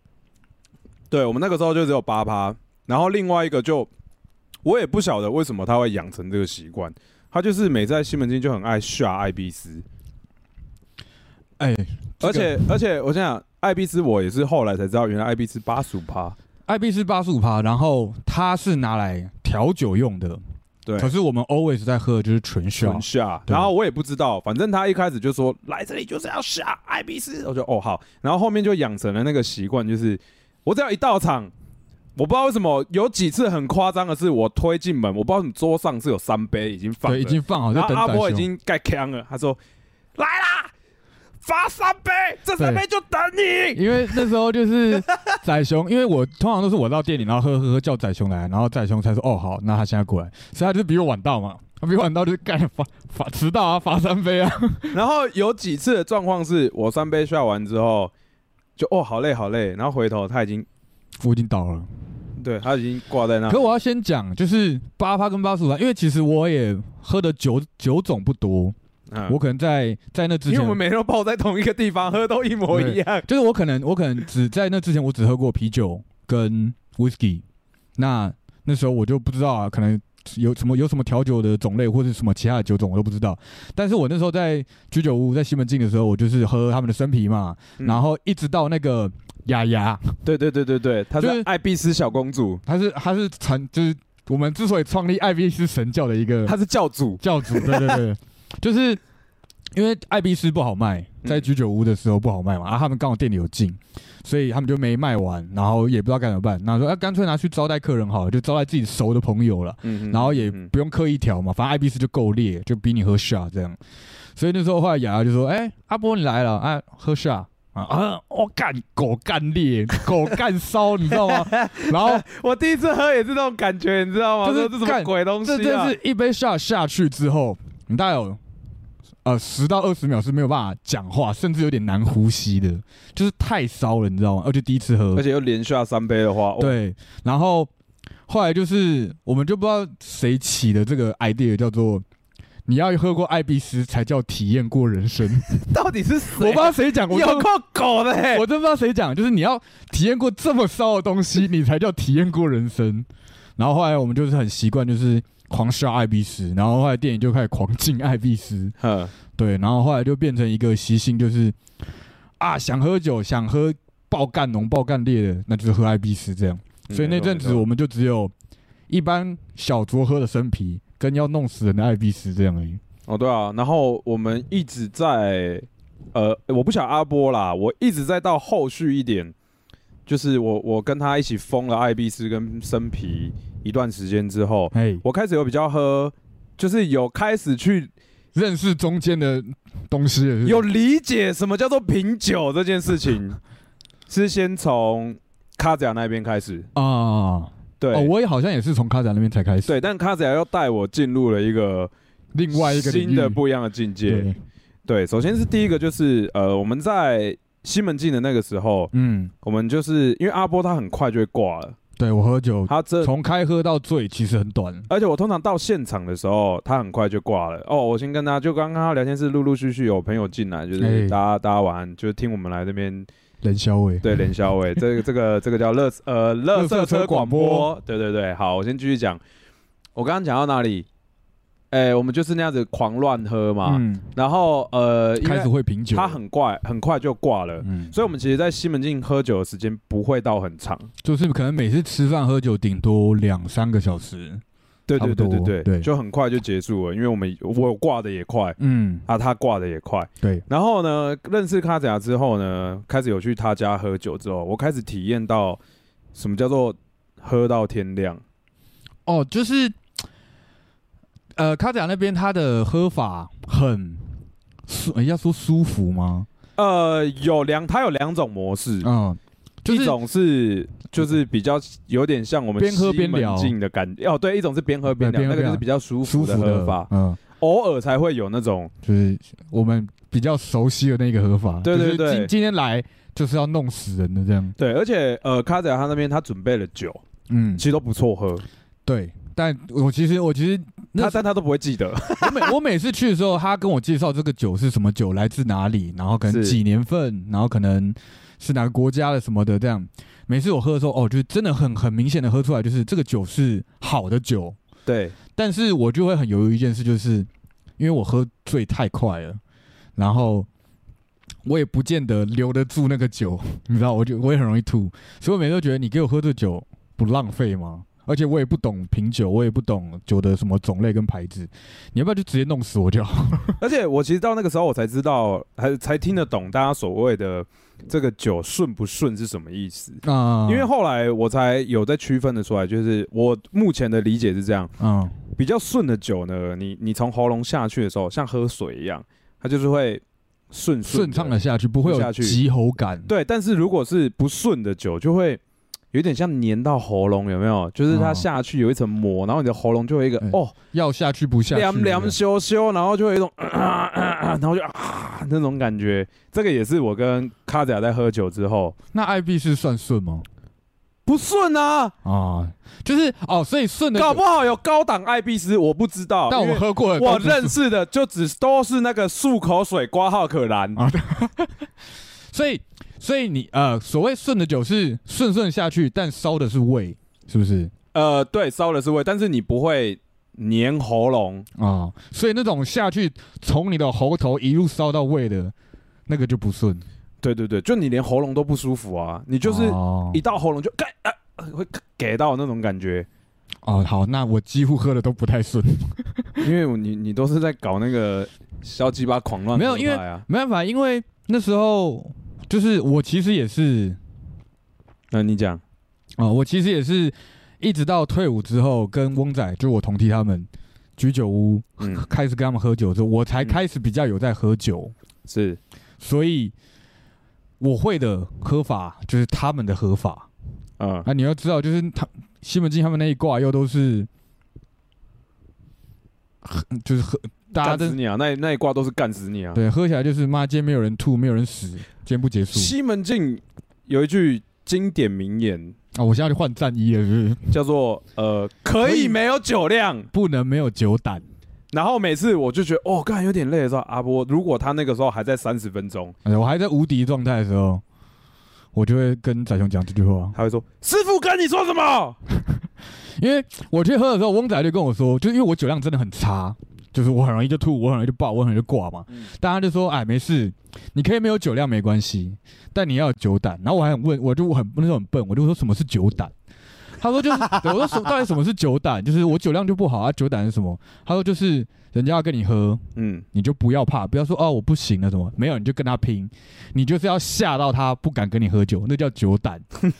B: 对，我们那个时候就只有八趴，然后另外一个就我也不晓得为什么他会养成这个习惯，他就是每次在西门町就很爱下艾必斯，
A: 哎，
B: 而且而且我想想，艾必斯我也是后来才知道，原来艾必斯八十五趴，
A: 艾必是八十五趴，然后它是拿来调酒用的。
B: 对
A: 可是我们 always 在喝的就是纯
B: 纯
A: shot，
B: 下，
A: 对
B: 然后我也不知道，反正他一开始就说来这里就是要下艾必斯，我就哦好，然后后面就养成了那个习惯，就是我只要一到场。我不知道为什么有几次很夸张的是，我推进门，我不知道你桌上是有三杯已经放了
A: 对，已经放好在
B: 然
A: 等
B: 后阿
A: 仔
B: 波已
A: 熊。
B: 经盖枪了，他说：“来啦，罚三杯，这三
A: 对
B: 杯就等你。
A: 因为那时候就是 仔熊，因为我通常都是我到店里，然后喝喝喝叫仔熊来，然后仔熊才说哦好，那他现在过来，所以他就是比我晚到嘛，他比我晚到就是干罚罚迟到啊，罚三杯啊，”
B: 然后有几次的状况是我三杯下完之后，就哦好累好累，然后回头他已经
A: 我已经倒了。
B: 对他已经挂在那，
A: 可我要先讲，就是八趴跟八十五趴，啊因为其实我也喝的酒酒种不多，
B: 嗯
A: 我可能在在那之
B: 因为
A: 前
B: 我，们每天都泡在同一个地方，喝都一模一样。
A: 就是我可能我可能只在那之前我只喝过啤酒跟 whisky，那那时候我就不知道啊，可能有什么有什么调酒的种类或是什么其他的酒种我都不知道，但是我那时候在居酒屋在西门町的时候，我就是喝他们的生啤嘛，
B: 嗯
A: 然后一直到那个雅雅，
B: 对对对对对，她
A: 就是
B: 是爱必斯小公主，
A: 她是她是传就是我们之所以创立艾比斯神教的一个
B: 她是教主。
A: 教主，对对 对，就是因为艾比斯不好卖，
B: 嗯
A: 在居酒屋的时候不好卖嘛，啊，他们刚好店里有进，所以他们就没卖完，然后也不知道该怎么办，那说啊，干脆拿去招待客人好了，就招待自己熟的朋友了，
B: 嗯
A: 然后也
B: 嗯
A: 不用刻意调嘛，反正艾比斯就够烈，就逼你喝下这样，所以那时候后来雅雅就说，哎、阿波你来了，啊，喝下。啊啊！我、干狗干烈，狗干烧，你知 道吗？然后
B: 我第一次喝也是这种感觉，你知道吗？
A: 就是
B: 说这什么
A: 干
B: 鬼东西
A: 这
B: 啊
A: 真！是一杯下下去之后，你大概有呃十到二十秒是没有办法讲话，甚至有点难呼吸的，就是太烧了，你知道吗？而且第一次喝
B: 而，且又连下三杯的话，哦
A: 对，然后后来就是我们就不知道谁起的这个 idea 叫做你要喝过艾必斯才叫体验过人生。
C: 到底是谁
A: 我不知？道 谁讲，我真
C: 有
A: 的
C: 够狗的
B: 哎
C: 欸！
A: 我真不知道谁讲，就是你要体验过这么骚的东西，你才叫体验过人生。然后后来我们就是很习惯，就是狂杀艾必斯，然后后来电影就开始狂进艾必斯，
B: 哼，
A: 对，然后后来就变成一个习性，就是啊，想喝酒，想喝爆干浓、爆干烈的，那就是喝艾必斯这样。
B: 嗯
A: 所以那阵子我们就只有一般小酌喝的生啤，跟要弄死人的艾必斯这样而已。
B: 哦，对啊，然后我们一直在，呃，我不想阿波啦，我一直在到后续一点，就是我我跟他一起封了艾必斯跟生啤一段时间之后，
A: 哎，
B: 我开始有比较喝，就是有开始去
A: 认识中间的东西了是不是
B: 有理解什么叫做品酒这件事情， 是先从卡子雅那边开始，
A: 啊、
B: 对。
A: 哦，我也好像也是从卡展那边才开始，
B: 对，但卡子雅又带我进入了一个
A: 另外一个领
B: 新
A: 域
B: 的不一样的境界。
A: 对，
B: 对，首先是第一个就是呃，我们在西门庆的那个时候，
A: 嗯，
B: 我们就是因为阿波他很快就会挂了，
A: 对我喝酒
B: 他这
A: 从开喝到醉其实很短，
B: 而且我通常到现场的时候，他很快就挂了。哦，我先跟他就刚刚他聊天室陆陆续续有朋友进来，就是
A: 哎
B: 大家大家晚安，就是听我们来这边
A: 冷消味。
B: 对连销 伟，这个这个这个叫乐呃乐色
A: 色
B: 车
A: 车广
B: 广播
A: 播，
B: 对对对，好，我先继续讲，我刚刚讲到哪里？哎、我们就是那样子狂乱喝嘛，
A: 嗯，
B: 然后呃，因为
A: 开始会品酒，
B: 他很快很快就挂了。
A: 嗯，
B: 所以，我们其实，在西门庆喝酒的时间不会到很长，
A: 就是可能每次吃饭喝酒顶多两三个小时，
B: 对
A: 差
B: 对
A: 不
B: 对
A: 多
B: 对对，
A: 对
B: 就很快就结束了，因为我们我挂的也快
A: 嗯，
B: 啊，他挂的也快。
A: 对，
B: 然后呢，认识卡子雅之后呢，开始有去他家喝酒之后，我开始体验到什么叫做喝到天亮。
A: 哦，就是，呃，卡展那边他的喝法很舒，呃要说舒服吗？
B: 呃，有两，它有两种模式，
A: 嗯，就是嗯
B: 一种是就是比较有点像我们
A: 边喝
B: 西
A: 边
B: 门
A: 聊
B: 庆的感觉，哦，对，一种是边喝边聊，
A: 对边
B: 那
A: 喝
B: 个
A: 边
B: 就是
A: 聊
B: 比较舒
A: 舒
B: 的
A: 服的
B: 喝法，
A: 嗯，
B: 偶尔才会有那种，
A: 就是我们比较熟悉的那个喝法，
B: 对对
A: 就是
B: 对
A: 今今天来就是要弄死人的这样，
B: 对，而且呃，卡仔他那边他准备了酒，
A: 嗯
B: 其，实都不错喝，
A: 对。但我其实我其实
B: 他
A: 那
B: 但他都不会 记得，
A: 我每我每次去的时候，他跟我介绍这个酒是什么酒，来自哪里，然后可能
B: 是
A: 几年份，然后可能是哪个国家的什么的这样。每次我喝的时候，哦，就真的很很明显的喝出来，就是这个酒是好的酒。
B: 对，
A: 但是我就会很犹豫一件事，就是因为我喝醉太快了，然后我也不见得留得住那个酒，你知道，我就我也很容易吐，所以我每次都觉得你给我喝这酒不浪费吗？而且我也不懂品酒，我也不懂酒的什么种类跟牌子，你要不要就直接弄死我就好？
B: 而且我其实到那个时候我才知道，还才听得懂大家所谓的这个酒顺不顺是什么意思。
A: 啊、
B: 因为后来我才有在区分的出来，就是我目前的理解是这样：
A: 嗯，
B: 比较顺的酒呢，你你从喉咙下去的时候，像喝水一样，它就是会顺
A: 顺畅的
B: 的。
A: 下去，不会
B: 下
A: 有
B: 去
A: 急喉感。
B: 对，但是如果是不顺的酒，就会有点像粘到喉咙，有没有？就是它
A: 嗯
B: 下去有一层膜，然后你的喉咙就会一个、
A: 嗯
B: 哦，
A: 要下去不下去，
B: 凉凉羞羞，然后就有一种，咳咳咳咳然后就啊那种感觉。这个也是我跟卡仔在喝酒之后
A: 那艾必是算顺吗？
B: 不顺啊，
A: 啊，就是哦，所以顺的
B: 搞
A: 酒，
B: 不好有高档艾必斯，我不知道。
A: 但
B: 因
A: 我
B: 为
A: 喝过的
B: 我
A: 都不是
B: 认识的就只都是那个漱口水挂号可兰，
A: 啊所以，所以你呃，所谓顺的酒是顺顺下去，但烧的是胃，是不是
B: 呃，对，烧的是味，但是你不会粘喉咙，
A: 啊、所以那种下去从你的喉头一路烧到胃的，那个就不顺，
B: 对对对，就你连喉咙都不舒服啊，你就是
A: 哦
B: 一到喉咙就盖啊，会给到那种感觉，
A: 哦好，那我几乎喝的都不太 顺，
B: 因为你你都是在搞那个小鸡巴狂乱，
A: 没有因为
B: 啊，
A: 没办法，因为那时候就是我其实也是
B: 那你讲，
A: 啊、我其实也是一直到退伍之后，跟翁仔就我同梯他们居酒屋
B: 嗯，
A: 开始跟他们喝酒之后，我才
B: 嗯
A: 开始比较有在喝酒。
B: 是
A: 所以我会的喝法就是他们的喝法。
B: 嗯
A: 那、你要知道，就是他西门庆他们那一挂又都是，喝就是喝大家
B: 干
A: 都
B: 死你啊！那那一挂都是干死你啊！
A: 对喝起来就是妈，今天没有人吐，没有人死，今天不结束
B: 西门庆有一句经典名言，
A: 啊！我现在就换战衣了，是不是？
B: 叫做“呃，可以没有酒量，
A: 不能没有酒胆。
B: 然后每次我就觉得哦，干有点累的时候，阿波如果他那个时候还在三十分钟，
A: 哎我还在无敌状态的时候，我就会跟仔雄讲这句话，
B: 他会说师傅跟你说什么？
A: 因为我去喝的时候，翁仔就跟我说，就因为我酒量真的很差，就是我很容易就吐，我很容易就爆，我很容易就挂嘛。
B: 嗯
A: 大家就说，哎，没事，你可以没有酒量没关系，但你要有酒胆。然后我还很问，我就很那时候很笨，我就说什么是酒胆？他说就是，我说什到底什么是酒胆？就是我酒量就不好啊，酒胆是什么？他说就是人家要跟你喝，
B: 嗯，
A: 你就不要怕，不要说哦我不行了什么，没有你就跟他拼，你就是要吓到他不敢跟你喝酒，那叫酒胆。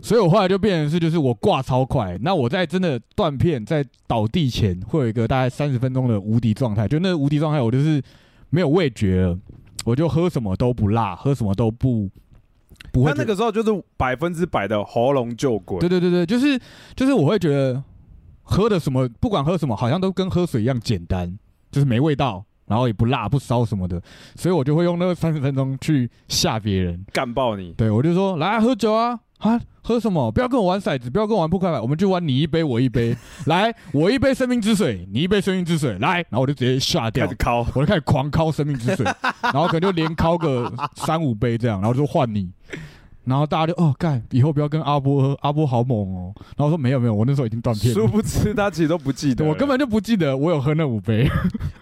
A: 所以我后来就变成是，就是我挂超快。那我在真的断片在倒地前，会有一个大概三十分钟的无敌状态，就那个无敌状态，我就是没有味觉了，我就喝什么都不辣，喝什么都不不会
B: 他
A: 觉得。
B: 那个时候就是百分之百的喉咙救鬼。
A: 对对对对，就是就是我会觉得喝的什么，不管喝什么，好像都跟喝水一样简单，就是没味道，然后也不辣不骚什么的，所以我就会用那三十分钟去吓别人。
B: 干爆你！
A: 对我就说来、啊、喝酒啊啊，喝什么？不要跟我玩骰子，不要跟我玩扑克牌，我们就玩你一杯我一杯， 来我一杯生命之水，你一杯生命之水，来，然后我就直接吓
B: 开
A: 掉
B: 始。敲，
A: 我就开始狂敲生命 之水，然后可能就连敲个三五杯这样，然后就换你，然后大家就哦干，以后不要跟阿波喝，阿波好猛哦。然后我说没有没有，我那时候已经断片
B: 殊
A: 了，
B: 不知他其实都不记得
A: 对
B: 了。
A: 我根本就不记得我有喝那五 杯。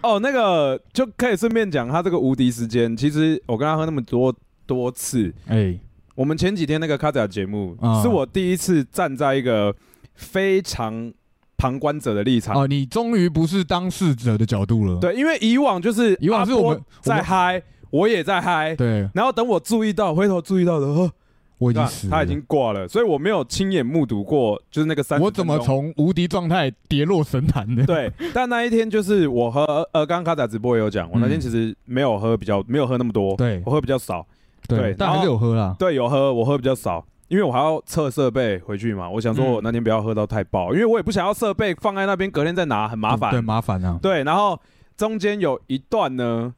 B: 哦，那个就可以顺便讲，他这个无敌时间，其实我跟他喝那么多多次，
A: 哎，
B: 我们前几天那个卡仔节目、
A: 啊
B: 是我第一次站在一个非常旁观者的立场。
A: 哦，你终于不是当事者的角度了。
B: 对，因为以往就是
A: 以往是我们
B: 阿波在
A: 我们
B: 嗨，我也在嗨，
A: 对，
B: 然后等我注意到，回头注意到的，呵
A: 我已经
B: 那
A: 死了，
B: 啊他已经挂了，所以我没有亲眼目睹过，就是那个三。
A: 我怎么从无敌状态跌落神坛的？
B: 对，但那一天就是我和呃，刚刚卡仔直播也有讲，我那天
A: 嗯
B: 其实没有喝比较，没有喝那么多，
A: 对
B: 我喝比较少，对
A: 但还是有喝啦。
B: 对，有喝，我喝比较少，因为我还要测设备回去嘛。我想说，
A: 嗯
B: 我那天不要喝到太爆，因为我也不想要设备放在那边，隔天再拿很麻烦。
A: 对麻烦啊。
B: 对，然后中间有一段呢，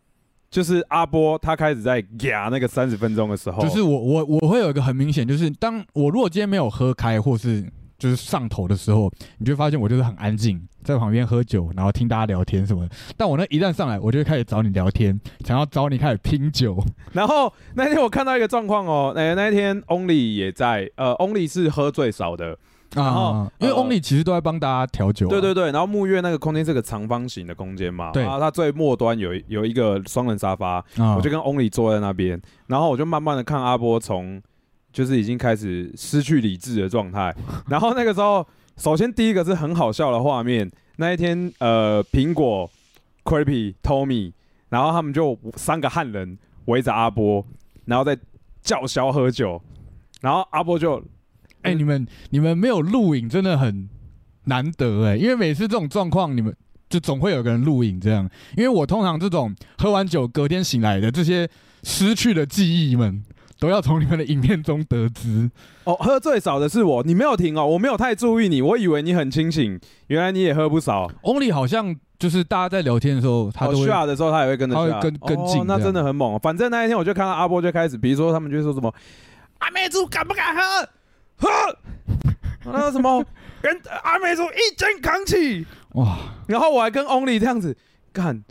B: 就是阿波他开始在压那个三十分钟的时候，
A: 就是我我我会有一个很明显，就是当我如果今天没有喝开或是就是上头的时候，你就会发现我就是很安静，在旁边喝酒，然后听大家聊天什么的。但我那一旦上来，我就会开始找你聊天，想要找你开始拼酒。
B: 然后那天我看到一个状况哦，那那一天 Only 也在，呃，Only 是喝最少的，后
A: 啊，因为
B: 呃
A: Only 其实都在帮大家调酒、啊
B: 对对，对。然后木月那个空间是个长方形的空间嘛，
A: 对
B: 然后它最末端有一有一个双人沙发，
A: 啊，
B: 我就跟 Only 坐在那边，然后我就慢慢的看阿波从就是已经开始失去理智的状态，然后那个时候，首先第一个是很好笑的画面，那一天呃，苹果、Creepy、Tommy，然后他们就三个汉人围着阿波，然后在叫嚣喝酒，然后阿波就
A: 哎、你们你们没有录影真的很难得哎、因为每次这种状况，你们就总会有个人录影这样。因为我通常这种喝完酒隔天醒来的这些失去的记忆们，都要从你们的影片中得知。
B: 哦，喝最少的是我，你没有停哦，我没有太注意你，我以为你很清醒，原来你也喝不少。
A: Only 好像就是大家在聊天的时候，他
B: 哦
A: 都会、
B: 下的时候他也会跟着
A: 他会
B: 下
A: 跟跟进
B: 哦，那
A: 这样
B: 真的很猛。反正那一天我就看到阿波就开始，比如说他们就会说什么阿妹猪敢不敢喝？喝，哦那个什么 人阿妹猪一肩扛起，
A: 哇，
B: 然后我还跟 Only 这样子干。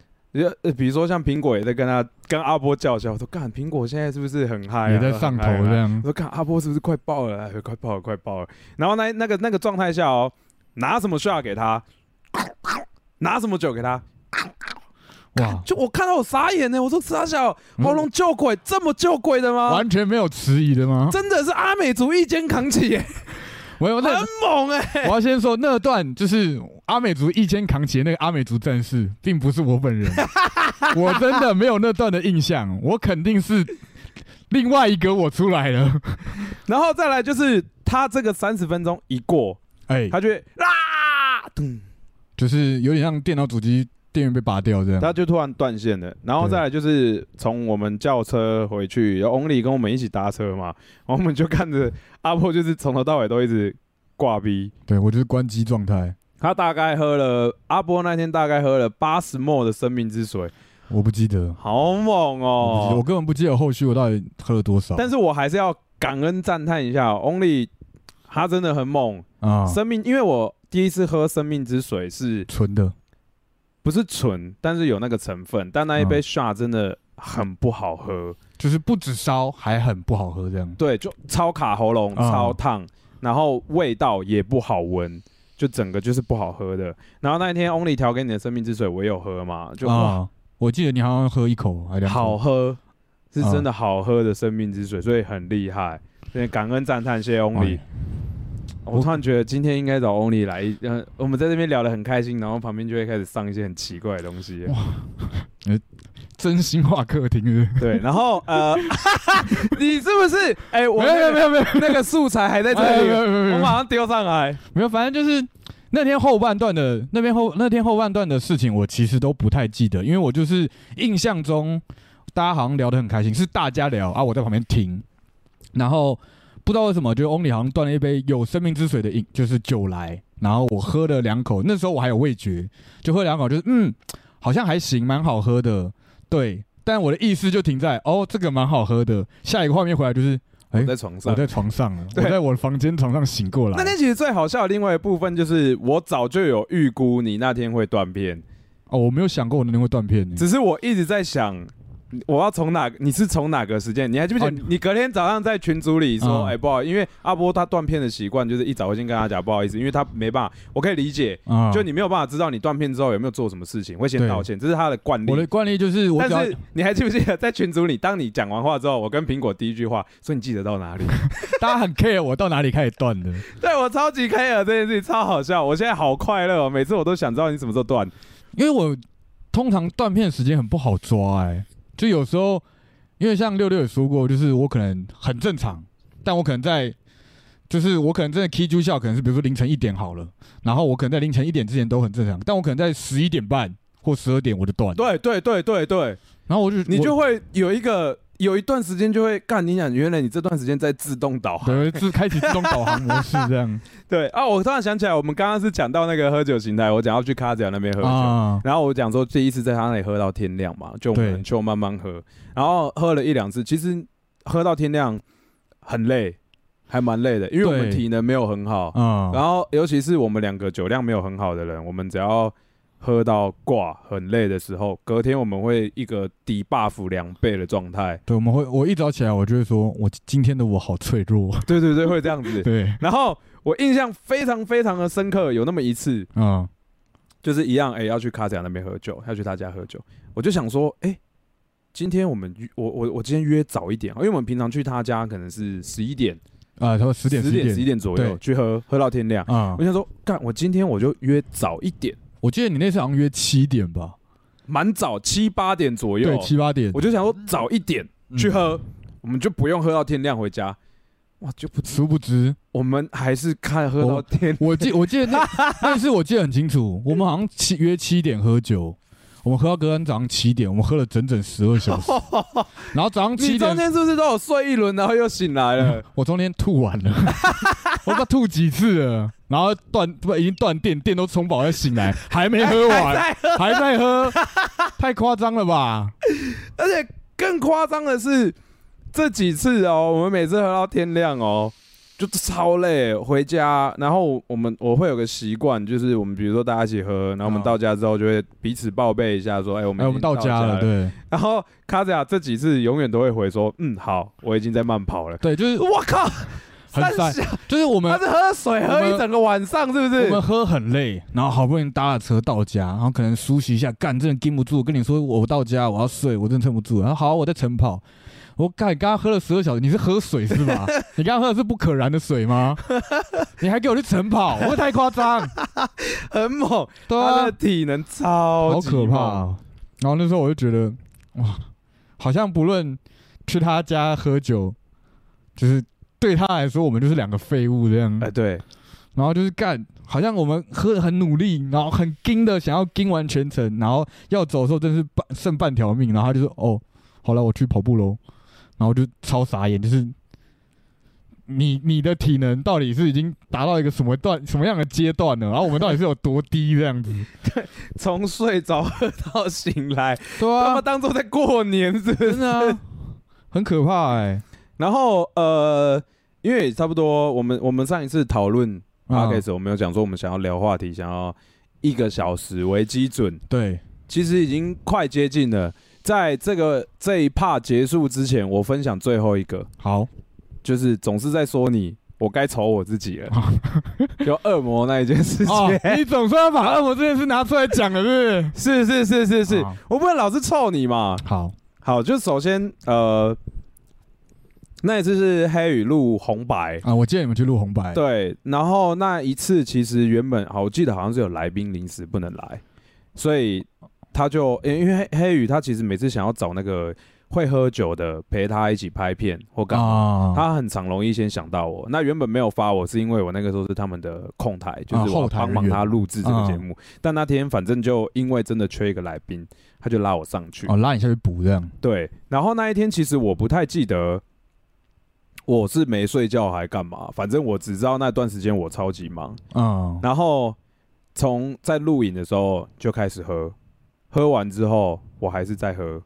B: 呃，比如说像苹果也在跟他跟阿波叫嚣，我说干苹果现在是不是很嗨、啊？
A: 也在上头
B: 很嗨啊
A: 这样
B: 我。说看阿波是不是快爆了？哎快爆了，快爆了！然后那那个那个状态下哦，拿什么 shot 给他，拿什么酒给他，
A: 哇，
B: 就我看到我傻眼呢、我说傻小
A: 嗯
B: 喉咙救鬼、这么救鬼的吗？
A: 完全没有迟疑的吗？
B: 真的是阿美族一肩扛起、耶
A: 没有，那
B: 很猛哎、
A: 我要先说那段就是阿美族一肩扛起的那个阿美族战士，并不是我本人， 我真的没有那段的印象，我肯定是另外一个我出来了。
B: 然后再来就是他这个三十分钟一过，
A: 哎、
B: 他就会啊啦，咚
A: 就是有点像电脑主机电源被拔掉这样。
B: 他就突然断线了。然后再来就是从我们叫车回去，有 Only 跟我们一起搭车嘛，然后我们就看着 阿波就是从头到尾都一直挂逼。
A: 对我就是关机状态，
B: 他大概喝了阿波那天大概喝了八十 ml 的生命之水，
A: 我不记得，
B: 好猛
A: 我不
B: 哦、
A: 记得我根本不记得后续我到底喝了多少。
B: 但是我还是要感恩赞叹一下哦 Only，他真的很猛。
A: 啊，
B: 生命，因为我第一次喝生命之水是
A: 纯的
B: 不是纯，但是有那个成分。但那一杯
A: 嗯
B: shot 真的很不好喝，
A: 就是不止烧，还很不好喝这样。
B: 对，就超卡喉咙，
A: 啊
B: 超烫，然后味道也不好闻，就整个就是不好喝的。然后那一天 Only 调给你的生命之水，我也有喝嘛，就、
A: 啊，我记得你好像喝一口还
B: 哇
A: 两
B: 好
A: 口，
B: 喝，是
A: 啊
B: 真的好喝的生命之水，所以很厉害。所以感恩赞叹，谢谢 Only。
A: 哎
B: 我突然觉得今天应该找 Only 来，呃，我们在这边聊得很开心，然后旁边就会开始上一些很奇怪的东西。
A: 真心话客厅是不是？
B: 对，然后呃， 你是不是？哎、我
A: 没有没有没有没有
B: 那个素材还在
A: 哎
B: 这
A: 没
B: 里，
A: 有没有没
B: 我
A: 有
B: 马上丢上来。
A: 没有，反正就是那天后半段的那边后那天后半段的事情，我其实都不太记得，因为我就是印象中大家好像聊得很开心，是大家聊啊，我在旁边听，然后不知道为什么，就 Only 好像端了一杯有生命之水的饮，就是酒来，然后我喝了两口，那时候我还有味觉，就喝两口，就是嗯，好像还行，蛮好喝的，对。但我的意思就停在哦，这个蛮好喝的。下一个画面回来就是
B: 我
A: 哎
B: 在床上
A: 我，在床上了，我
B: 对
A: 在我的房间床上醒过来。
B: 那天其实最好笑的另外一部分就是，我早就有预估你那天会断片，
A: 哦，我没有想过我那天会断片呢。
B: 只是我一直在想，我要从哪？你是从哪个时间？你还记不记得？你隔天早上在群组里说，
A: 哦嗯
B: 哎、不好意思，因为阿波他断片的习惯就是一早会先跟他讲不好意思，因为他没办法，我可以理解，
A: 啊，
B: 就你没有办法知道你断片之后有没有做什么事情，会先
A: 对
B: 道歉，这是他的惯例
A: 我。的惯例就是我
B: 但
A: 只要
B: 是你还记不记得，在群组里，当你讲完话之后，我跟苹果第一句话说：“你记得到 哪里？”
A: 大家很 care 我到哪里开始断的，
B: 对我超级 care 这件事情，超好笑。我现在好快乐哦，每次我都想知道你什么时候断。
A: 因为我通常断片时间很不好抓哎、就有时候因为像六六也说过，就是我可能很正常，但我可能在就是我可能真的 K 住笑，可能是比如说凌晨一点好了，然后我可能在凌晨一点之前都很正常，但我可能在十一点半或十二点我就断，，
B: 对对对对对，
A: 然后我就
B: 你就
A: 我
B: 会有一个有一段时间就会干，你想原来你这段时间在自动导航。
A: 对自开启自动导航模式这样
B: 对啊，我突然想起来，我们刚刚是讲到那个喝酒形态，我讲要去卡子雅那边喝酒。
A: 啊，
B: 然后我讲说，第一次在他那里喝到天亮嘛，就我
A: 对
B: 们就慢慢喝，然后喝了一两次，其实喝到天亮很累，还蛮累的，因为我们
A: 对
B: 体能没有很好，
A: 啊，
B: 然后尤其是我们两个酒量没有很好的人，我们只要喝到挂很累的时候，隔天我们会一个低 buff 两倍的状态。
A: 对，我们会我一早起来我就会说，我今天的我好脆 弱，
B: 对对对，会这样子。
A: 对，
B: 然后我印象非常非常的深刻，有那么一次，
A: 嗯。
B: 就是一样，哎、要去卡子雅那边喝酒，要去他家喝酒，我就想说，哎、今天我们约我我我今天约早一点，哦因为我们平常去他家可能是十一点、
A: 啊，他说十点
B: 十点、十一
A: 点
B: 点左右
A: 对
B: 去喝，喝到天亮。
A: 啊
B: 我，想说，干，我今天我就约早一点。
A: 我记得你那次好像约七点吧？
B: 蛮早，七八点左右，
A: 对，七八点
B: 我就想说早一点去
A: 嗯
B: 喝，我们就不用喝到天亮回家。哇，就不，
A: 殊不知，
B: 我们还是看喝到
A: 我
B: 天，
A: 我 记我记得那那次我记得很清楚，我们好像七约七点喝酒，我们喝到隔天早上七点，我们喝了整整十二小 时，然后早上 七
B: 你
A: 点
B: 中
A: 嗯
B: 间是不是都有睡一轮，然后又醒来了？
A: 我中间吐 完了，我不知道吐几次了，然后断不已经断电，电都充饱要醒来，还没喝完，
B: 还在
A: 还
B: 喝
A: 在 喝，太夸张了吧？
B: 而且更夸张的是，这几次哦，我们每次喝到天亮哦，就超累，回家，然后我们我会有个习惯，就是我们比如说大家一起喝，然后我们
A: 嗯
B: 到家之后就会彼此报备一下，说，哎、我们
A: 哎，
B: 已
A: 我们
B: 经
A: 到家了，对
B: 然后卡子亚这几次永远都会回说，嗯，好，我已经在慢跑了。
A: 对，就是
B: 我靠，
A: 很
B: 三
A: 散
B: 小，
A: 就是我们
B: 他是喝水喝一整个晚上，是不
A: 我
B: 是
A: 们？喝很累，然后好不容易搭了车到家，然后可能梳洗一下，干真的禁不住。我跟你说，我到家我要睡，我真的撑不住。然后好，我在晨跑，我干，你刚刚喝了十二小时，你是喝水是吧？ 你刚刚喝的是不可燃的水吗？ 你还给我去晨跑，会不会太夸张？
B: 很猛，
A: 对
B: 他
A: 啊
B: 的，体能超
A: 好
B: 级
A: 可怕、
B: 猛。
A: 啊。然后那时候我就觉得，哇，好像不论去他家喝酒，就是对他来说，我们就是两个废物这样。
B: 哎，对，
A: 然后就是干，好像我们喝的很努力，然后很盯的想要盯完全程，然后要走的时候真是半剩半条命，然后他就说：“哦，好了，我去跑步喽。”然后就超傻眼，就是你你的体能到底是已经达到一个什么段什么样的阶段呢？然后我们到底是有多低这样子？
B: 从睡着喝到醒来，
A: 对
B: 他
A: 啊
B: 们，当做在过年，是不
A: 真
B: 是？
A: 的啊，很可怕哎、
B: 然后呃，因为也差不多，我们我们上一次讨论
A: 啊
B: p o d c a s 我们有讲说我们想要聊话题，想要一个小时为基准，
A: 对，
B: 其实已经快接近了。在这个这一趴结束之前，我分享最后一个，
A: 好，
B: 就是总是在说你，我该愁我自己了，就恶魔那一件事情。
A: 哦，你总算要把恶魔这件事拿出来讲了，是不
B: 是是是是是，
A: 好
B: 我不能老是臭你嘛。
A: 是？好，
B: 好，就首先呃，那一次是黑与露红白，
A: 啊，我建议你们去录红白，
B: 对，然后那一次其实原本好，我记得好像是有来宾临时不能来，所以他就因为因为黑黑羽他其实每次想要找那个会喝酒的陪他一起拍片或干嘛。
A: 啊，
B: 他很常容易先想到我，那原本没有发我是因为我那个时候是他们的控台，就
A: 啊
B: 是我
A: 后
B: 要
A: 台
B: 帮
A: 人
B: 忙
A: 员
B: 他录制这个节
A: 啊
B: 目。但那天反正就因为真的缺一个来宾，他就拉我上去。
A: 哦，拉你下去补这样，
B: 对，然后那一天其实我不太记得我是没睡觉还干嘛，反正我只知道那段时间我超级忙。
A: 嗯，
B: 然后从在录影的时候就开始喝，喝完之后我还是在喝。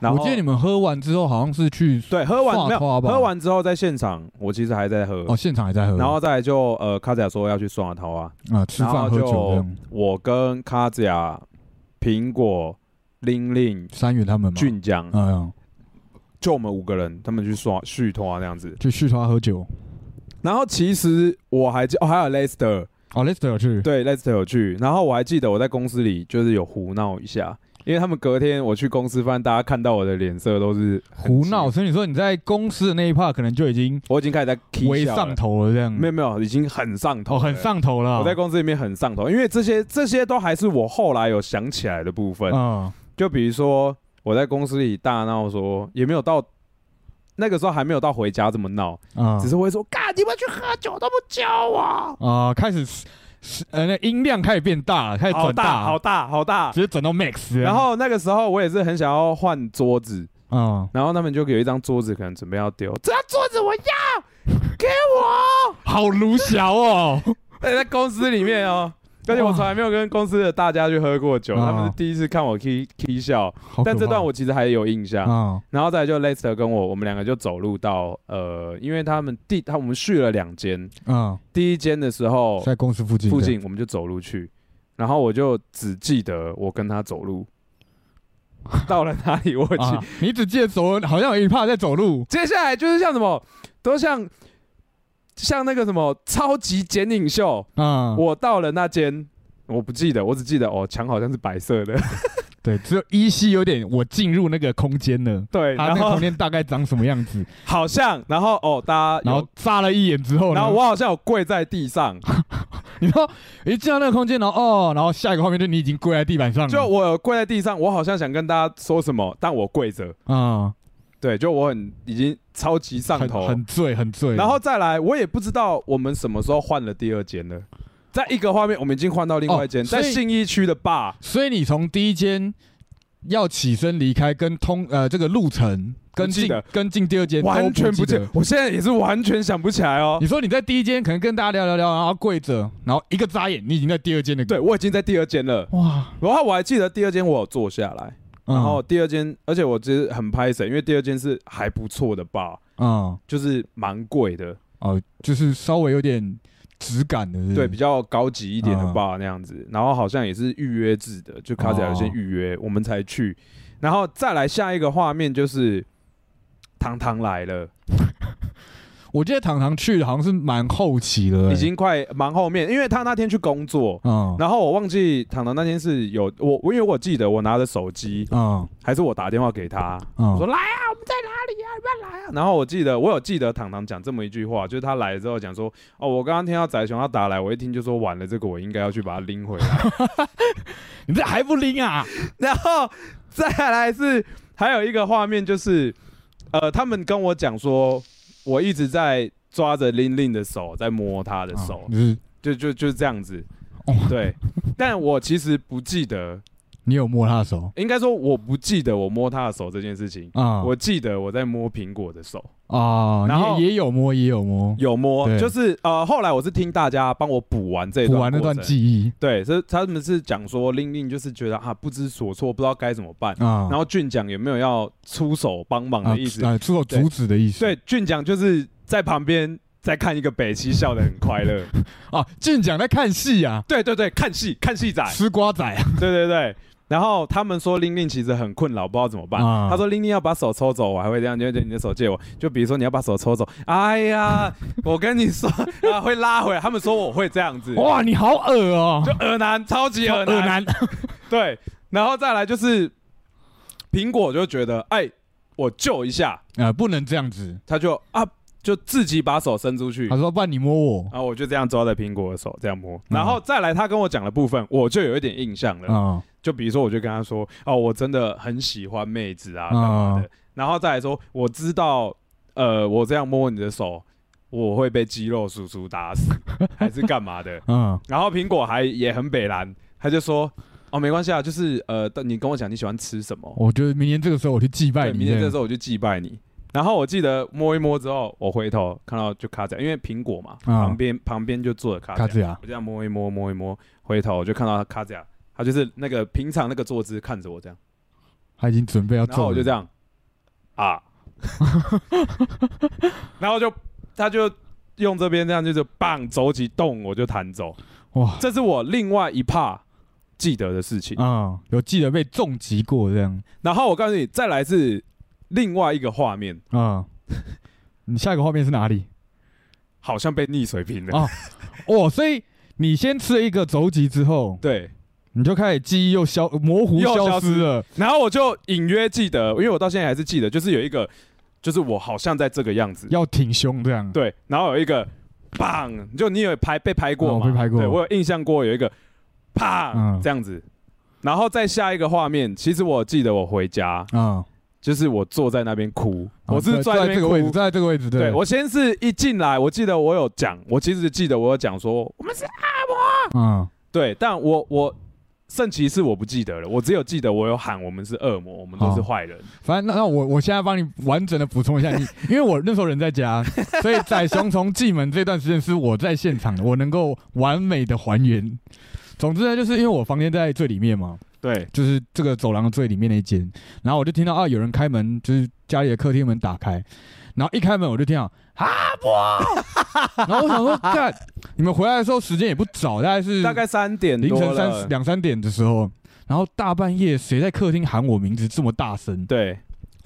B: 然后
A: 我记得你们喝完之后好像是去
B: 对喝完
A: 画
B: 没有
A: 花吧
B: 喝完之后在现场，我其实还在喝。
A: 哦，现场还在喝，
B: 呃然后再来就呃，卡仔说要去双塔桃啊，
A: 啊，吃
B: 然
A: 饭
B: 后
A: 喝
B: 就
A: 酒这样，
B: 我跟卡仔、苹果、玲玲、
A: 三元他们嘛，
B: 俊江，
A: 嗯，
B: 就我们五个人，他们去刷续拖啊那样子。
A: 就续他喝酒，
B: 然后其实我还记，哦，还有 Lester，
A: 哦，Lester 有去，
B: 对 Lester 有去。然后我还记得我在公司里就是有胡闹一下，因为他们隔天我去公司饭，大家看到我的脸色都是很
A: 胡闹，
B: 奇，
A: 所以你说你在公司的那一 part 可能就已经
B: 我已经开始在 k
A: 为
B: 笑
A: 上
B: 了，
A: 头了这样，
B: 没有没有，已经很上头
A: 哦，
B: 了，
A: 很上头了，
B: 我在公司里面很上头，因为这些这些都还是我后来有想起来的部分。
A: 嗯，
B: 就比如说我在公司里大闹说，也没有到那个时候还没有到回家这么闹，
A: 啊
B: 只是会说，干你们去喝酒都不叫我，
A: 啊，开始是是呃，那音量开始变大啊了，开始
B: 好
A: 转
B: 大好大好大
A: 直。接转到 max，
B: 然后那个时候我也是很想要换桌子，
A: 嗯，
B: 然后他们就有一张桌子可能准备要丢，这张桌子我要，给我。
A: 好卢小哦，
B: 而哎且在公司里面哦， 而且我从来没有跟公司的大家去喝过酒，
A: 哇
B: 他们是第一次看我 k k 笑，
A: 好可
B: 但这
A: 怕
B: 段我其实还有印象。
A: 啊
B: 然后再来就 Lester 跟我，我们两个就走路到呃，因为他们第他我们续了两间，
A: 啊，
B: 第一间的时候
A: 在公司附近
B: 哦附
A: 这样
B: 近我们就走路去，然后我就只记得我跟他走 路，到了哪里我记。
A: 啊，你只记得走，好像有一趴在走路
B: 接下来就是像什么，都像像那个什么超级剪影秀，
A: 啊，
B: 我到了那间。我不记得，我只记得哦，墙好像是白色的，
A: 对，只有依稀有点我进入那个空间了。
B: 对，
A: 啊他那
B: 然
A: 个空
B: 后
A: 间大概长什么样 子？
B: 好像，然后哦，大家
A: 然后
B: 有，
A: 眨了一眼之后呢，
B: 然后我好像有跪在 地上，
A: 你知道一进到那个空间，然后哦，然后下一个画面就你已经跪在地板上了，
B: 就我有跪在地上，我好像想跟大家说什么，但我跪着，
A: 啊，
B: 对，就我很已经超级上
A: 很
B: 头，
A: 很醉很醉。
B: 然后再来，我也不知道我们什么时候换了第二间了，在一个画面我们已经换到另外一间，
A: 哦所以
B: 在信义区的坝，
A: 所以你从第一间要起身离开，跟通呃这个路程跟
B: 不记
A: 进
B: 得
A: 跟进第二间
B: 完全
A: 不
B: 不
A: 记
B: 见
A: 得。，
B: 我现在也是完全想不起来哦
A: 你。说你在第一间可能跟大家聊聊聊，然后跪着，然后一个眨眼，你已经在第二间的
B: 对，我已经在第二间了，
A: 哇，
B: 然后我还记得第二间我有坐下来，
A: 嗯
B: 然后第二间，而且我其实很拍谁，因为第二间是还不错的吧，
A: 嗯
B: 就是蛮贵的，
A: 哦，就是稍微有点质感的是不是，
B: 对，比较高级一点的
A: 嗯
B: 吧那样子。然后好像也是预约制的，就卡姐有先预约，我们才去。然后再来下一个画面就是糖糖来了，
A: 我记得糖糖去好像是蛮后期的、欸，
B: 已经快忙后面，因为他那天去工作。
A: 嗯
B: 然后我忘记糖糖那天是有我，我因为我记得我拿着手机，
A: 嗯
B: 还是我打电话给他，我说
A: 嗯
B: 来啊，我们在哪里呀、要不要来啊？然后我记得我有记得糖糖讲这么一句话，就是他来之后讲说，哦，我刚刚听到仔熊要打来，我一听就说完了，这个我应该要去把他拎回来。
A: 你这还不拎啊？
B: 然后再来是还有一个画面就是，呃，他们跟我讲说，我一直在抓着玲玲的手，在摸她的手，
A: 嗯就是
B: 就就就是这样子。
A: 哦
B: 对，但我其实不记得，
A: 你有摸他的手
B: 应该说我不记得我摸她的手这件事情。
A: 啊？
B: 我记得我在摸苹果的手，
A: 啊，
B: 然后
A: 你也也有摸，也有摸，
B: 有摸，
A: 对
B: 就是呃，后来我是听大家帮我补完这一
A: 补
B: 段
A: 完那段
B: 过程，
A: 记忆
B: 对，所以他们是讲说玲玲就是觉得啊不知所措，不知道该怎么办，
A: 啊，
B: 然后俊奖有没有要出手帮忙
A: 啊
B: 的意思？
A: 啊，出手阻止的意思，
B: 对，俊奖就是在旁边在看一个北七笑得很快 乐。
A: 啊，进奖在看戏啊，
B: 对对对，看戏看戏仔，
A: 吃瓜仔啊，
B: 对对对。然后他们说玲玲其实很困扰，不知道怎么办。
A: 啊
B: 他说玲玲要把手抽走，我还会这样，就就你的手借我。就比如说你要把手抽走，哎呀，我跟你说啊，会拉回来。他们说我会这样子，
A: 哇，你好恶哦、
B: 就耳男，超级耳男。
A: 男，
B: 对，然后再来就是苹果就觉得，哎，我救一下，
A: 啊，不能这样子。
B: 他就啊，就自己把手伸出去
A: 他。说：“不然你摸我。
B: 然后我就这样抓着苹果的手，这样摸，
A: 嗯
B: 然后再来他跟我讲的部分，我就有一点印象了。
A: 嗯”
B: 就比如说，我就跟他说：“哦，我真的很喜欢妹子啊，干
A: 嗯
B: 嘛的。然后再来说，我知道，呃，我这样摸你的手，我会被肌肉叔叔打 死，还是干嘛的？
A: 嗯
B: 然后苹果还也很北蓝，他就说：“哦，没关系啊，就是呃，但你跟我讲你喜欢吃什么，
A: 我觉得明年这个时候我去祭拜
B: 对，
A: 你。
B: 明天这时
A: 候，
B: 候我就祭拜你。”然后我记得摸一摸之后，我回头看到就卡仔，因为苹果嘛，
A: 嗯
B: 旁边旁边就坐着卡
A: 卡
B: 仔
A: 子，呀，
B: 我这样摸一摸摸一摸，回头我就看到他卡仔，他就是那个平常那个坐姿看着我这样，
A: 他已经准备要
B: 然后
A: 揍
B: 我
A: 了。
B: 就这样 啊，然后就他就用这边这样就是棒走几动我就弹走，
A: 哇，
B: 这是我另外一怕记得的事情。
A: 嗯，有记得被重击过这样。
B: 然后我告诉你，再来是另外一个画面，
A: 嗯，你下一个画面是哪里？
B: 好像被溺水瓶了。
A: 啊哦，所以你先吃了一个肘击之后，
B: 对，
A: 你就开始记忆又消模糊
B: 又
A: 消
B: 消
A: 失
B: 失
A: 了。
B: 然后我就隐约记得，因为我到现在还是记得，就是有一个，就是我好像在这个样子。
A: 要挺胸这样。
B: 对，然后有一个棒，就你有拍被拍过
A: 哦
B: 吗？
A: 被拍过
B: 对我有印象过有一个
A: 嗯
B: 砰这样子。然后再下一个画面，其实我记得我回家，
A: 嗯，
B: 就是我坐在那边哭，
A: 啊
B: 我是
A: 坐
B: 坐在
A: 在
B: 那边
A: 这个
B: 哭
A: 位置，坐在这个位置。
B: 对我先是一进来，我记得我有讲，我其实记得我有讲说我们是
A: 嗯，
B: 对，但我我圣骑士我不记得了，我只有记得我有喊我们是恶魔，我们
A: 哦
B: 都是坏人。
A: 反正那那我我现在帮你完整的补充一下，你 因为我那时候人在家， 所以在熊从进门这段时间是我在现场的，我能够完美的还原。总之呢，就是因为我房间在最里面嘛，
B: 对，
A: 就是这个走廊的最里面那一间，然后我就听到啊有人开门，就是家里的客厅门打开，然后一开门我就听到啊不， 然后我想说，干，你们回来的时候时间也不早，大概是
B: 大概三点
A: 凌
B: 多
A: 晨
B: 了。
A: 三两三点的时候，然后大半夜谁在客厅喊我名字这么大声？
B: 对，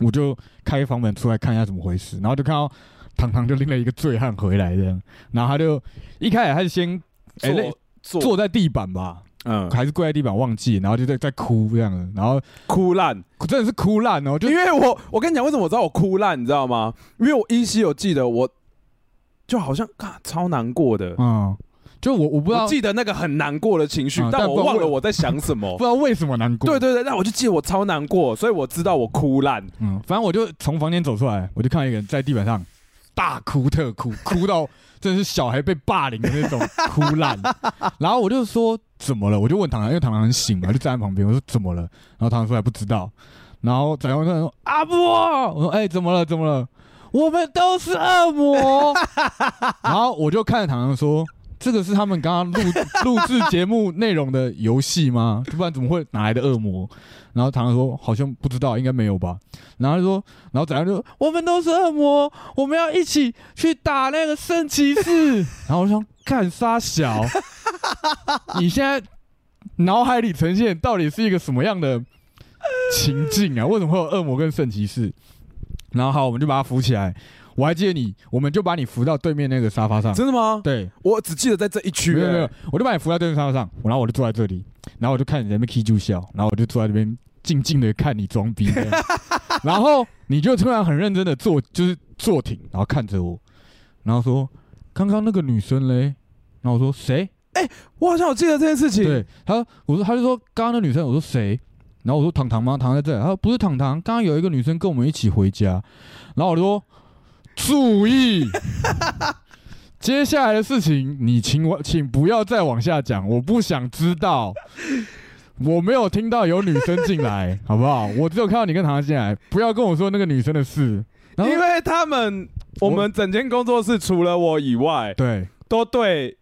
A: 我就开房门出来看一下怎么回事，然后就看到糖糖就拎了一个醉汉回来这样，然后他就一开始他就先哎累
B: 坐
A: 坐在地板吧，
B: 嗯
A: 还是跪在地板忘记，然后就在在哭这样子，然后
B: 哭烂，
A: 真的是哭烂哦，就
B: 因为我我跟你讲为什么我知道我哭烂，你知道吗？因为我依稀有记得我就好像啊超难过的。
A: 嗯，就我我不知道
B: 我记得那个很难过的情绪，
A: 啊
B: 但
A: 但不
B: 我
A: 知道
B: 忘
A: 为
B: 了我在想什么
A: 不知。道为什么难过，
B: 对，对对，那我就记得我超难过，所以我知道我哭烂。
A: 嗯，反正我就从房间走出来，我就看到一个人在地板上大哭特哭， 哭到真的是小孩被霸凌的那种 哭烂。然后我就说怎么了？我就问唐唐，因为唐唐很醒嘛，就站在旁边。我说怎么了？然后唐唐说还不知道。然后展望说阿波，我说哎、怎么了？怎么了？我们都是恶魔。 然后我就看着唐唐说。这个是他们刚刚录 录制节目内容的游戏吗？不然怎么会哪来的恶魔？然后唐唐说好像不知道，应该没有吧。然后他说，然后怎样就说我们都是恶魔，我们要一起去打那个圣骑士。 然后我就想干沙小，你现在脑海里呈现到底是一个什么样的情境啊？为什么会有恶魔跟圣骑士？然后好，我们就把他扶起来。我还记得你，我们就把你扶到对面那个沙发上。
B: 真的吗？
A: 对，
B: 我只记得在这一区。欸
A: 没有没有，我就把你扶到对面沙发上，然后我就坐在这里，然后我就看你在那边 K 住笑，然后我就坐在那边静静的看你装逼这样，然后你就突然很认真的坐，就是坐挺，然后看着我，然后说：“刚刚那个女生嘞？”然后我说：“谁
B: 我好像有记得这件事？”情。
A: 对，他说：“我说，他就说刚刚那女生。”我说：“谁？”然后我说：“糖糖吗？糖糖在这里。”他说：“不是糖糖，刚刚有一个女生跟我们一起回家。”然后我就说：“注 意。”接下来的事情，你请我，请不要再往下讲，我不想知道。我没有听到有女生进来， 好不好？我只有看到你跟糖糖进来，不要跟我说那个女生的事。然后
B: 因为他们我
A: 我
B: 们整间工作室除了我以外，
A: 对，
B: 都对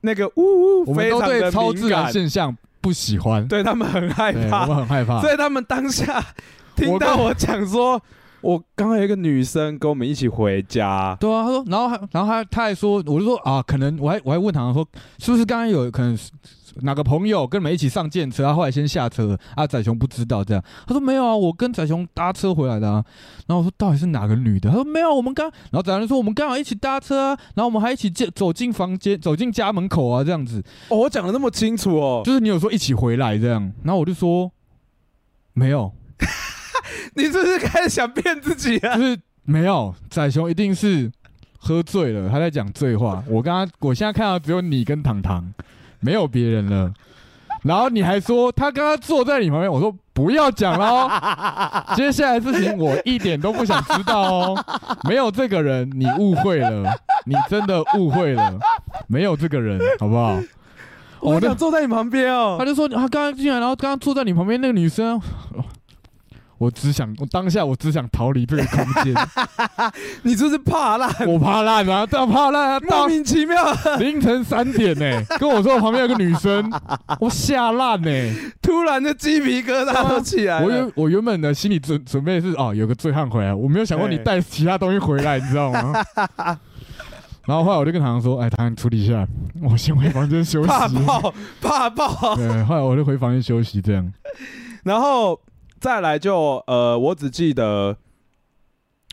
B: 那个呜
A: 我
B: 呜
A: 们
B: 非
A: 都
B: 常
A: 对
B: 的
A: 超
B: 敏
A: 自然
B: 感，
A: 现象不喜欢，
B: 对他们很 害
A: 对，我们
B: 怕，
A: 很害怕。
B: 所以他们当下
A: 我
B: 听
A: 跟
B: 到我讲说我刚刚有一个女生跟我们一起回家，
A: 对啊，他说，然后还然后他他还说，我就说啊，可能我还我还问他说，是不是刚刚有可能是哪个朋友跟你们一起上电车，他后来先下车了，啊，仔雄不知道这样。他说没有啊，我跟仔雄搭车回来的啊。然后我说到底是哪个女的？他说没有，啊我们刚，然后仔雄说我们刚好一起搭车啊，然后我们还一起进走进房间，走进家门口啊，这样子，
B: 哦，我讲的那么清楚哦，
A: 就是你有说一起回来这样，然后我就说没有，
B: 你是不是开始想骗自己 啊？
A: 就是没有，仔雄一定是喝醉了，他在讲醉话。我刚刚我现在看到只有你跟糖糖，没有别人了。然后你还说他刚刚坐在你旁边，我说不要讲了哦，接下来事情我一点都不想知道哦，没有这个人，你误会了，你真的误会了，没有这个人，好不好？
B: 我
A: 我的
B: 想坐在你旁边
A: 他
B: 哦，
A: 就说他刚刚进来，然后刚刚坐在你旁边那个女生，啊我只想我当下我只想逃离这个空间，
B: 你是不是怕啦？
A: 我怕烂啊，大怕 烂啊，
B: 莫
A: 到
B: 名其妙，
A: 凌晨三点呢、 跟我说我旁边有个女生，我吓烂呢。
B: 突然就鸡皮疙瘩都起来
A: 我
B: 了。
A: 原我原本的心理准准备是哦，有个醉汉回来，我没有想过
B: 哎
A: 你带其他东西回来，你知道吗？ 然后后来我就跟唐唐说，哎，唐唐处理一下，我先回房间休息。
B: 怕爆，怕爆，
A: 对，后来我就回房间休息，这样。
B: 然后再来就呃，我只记得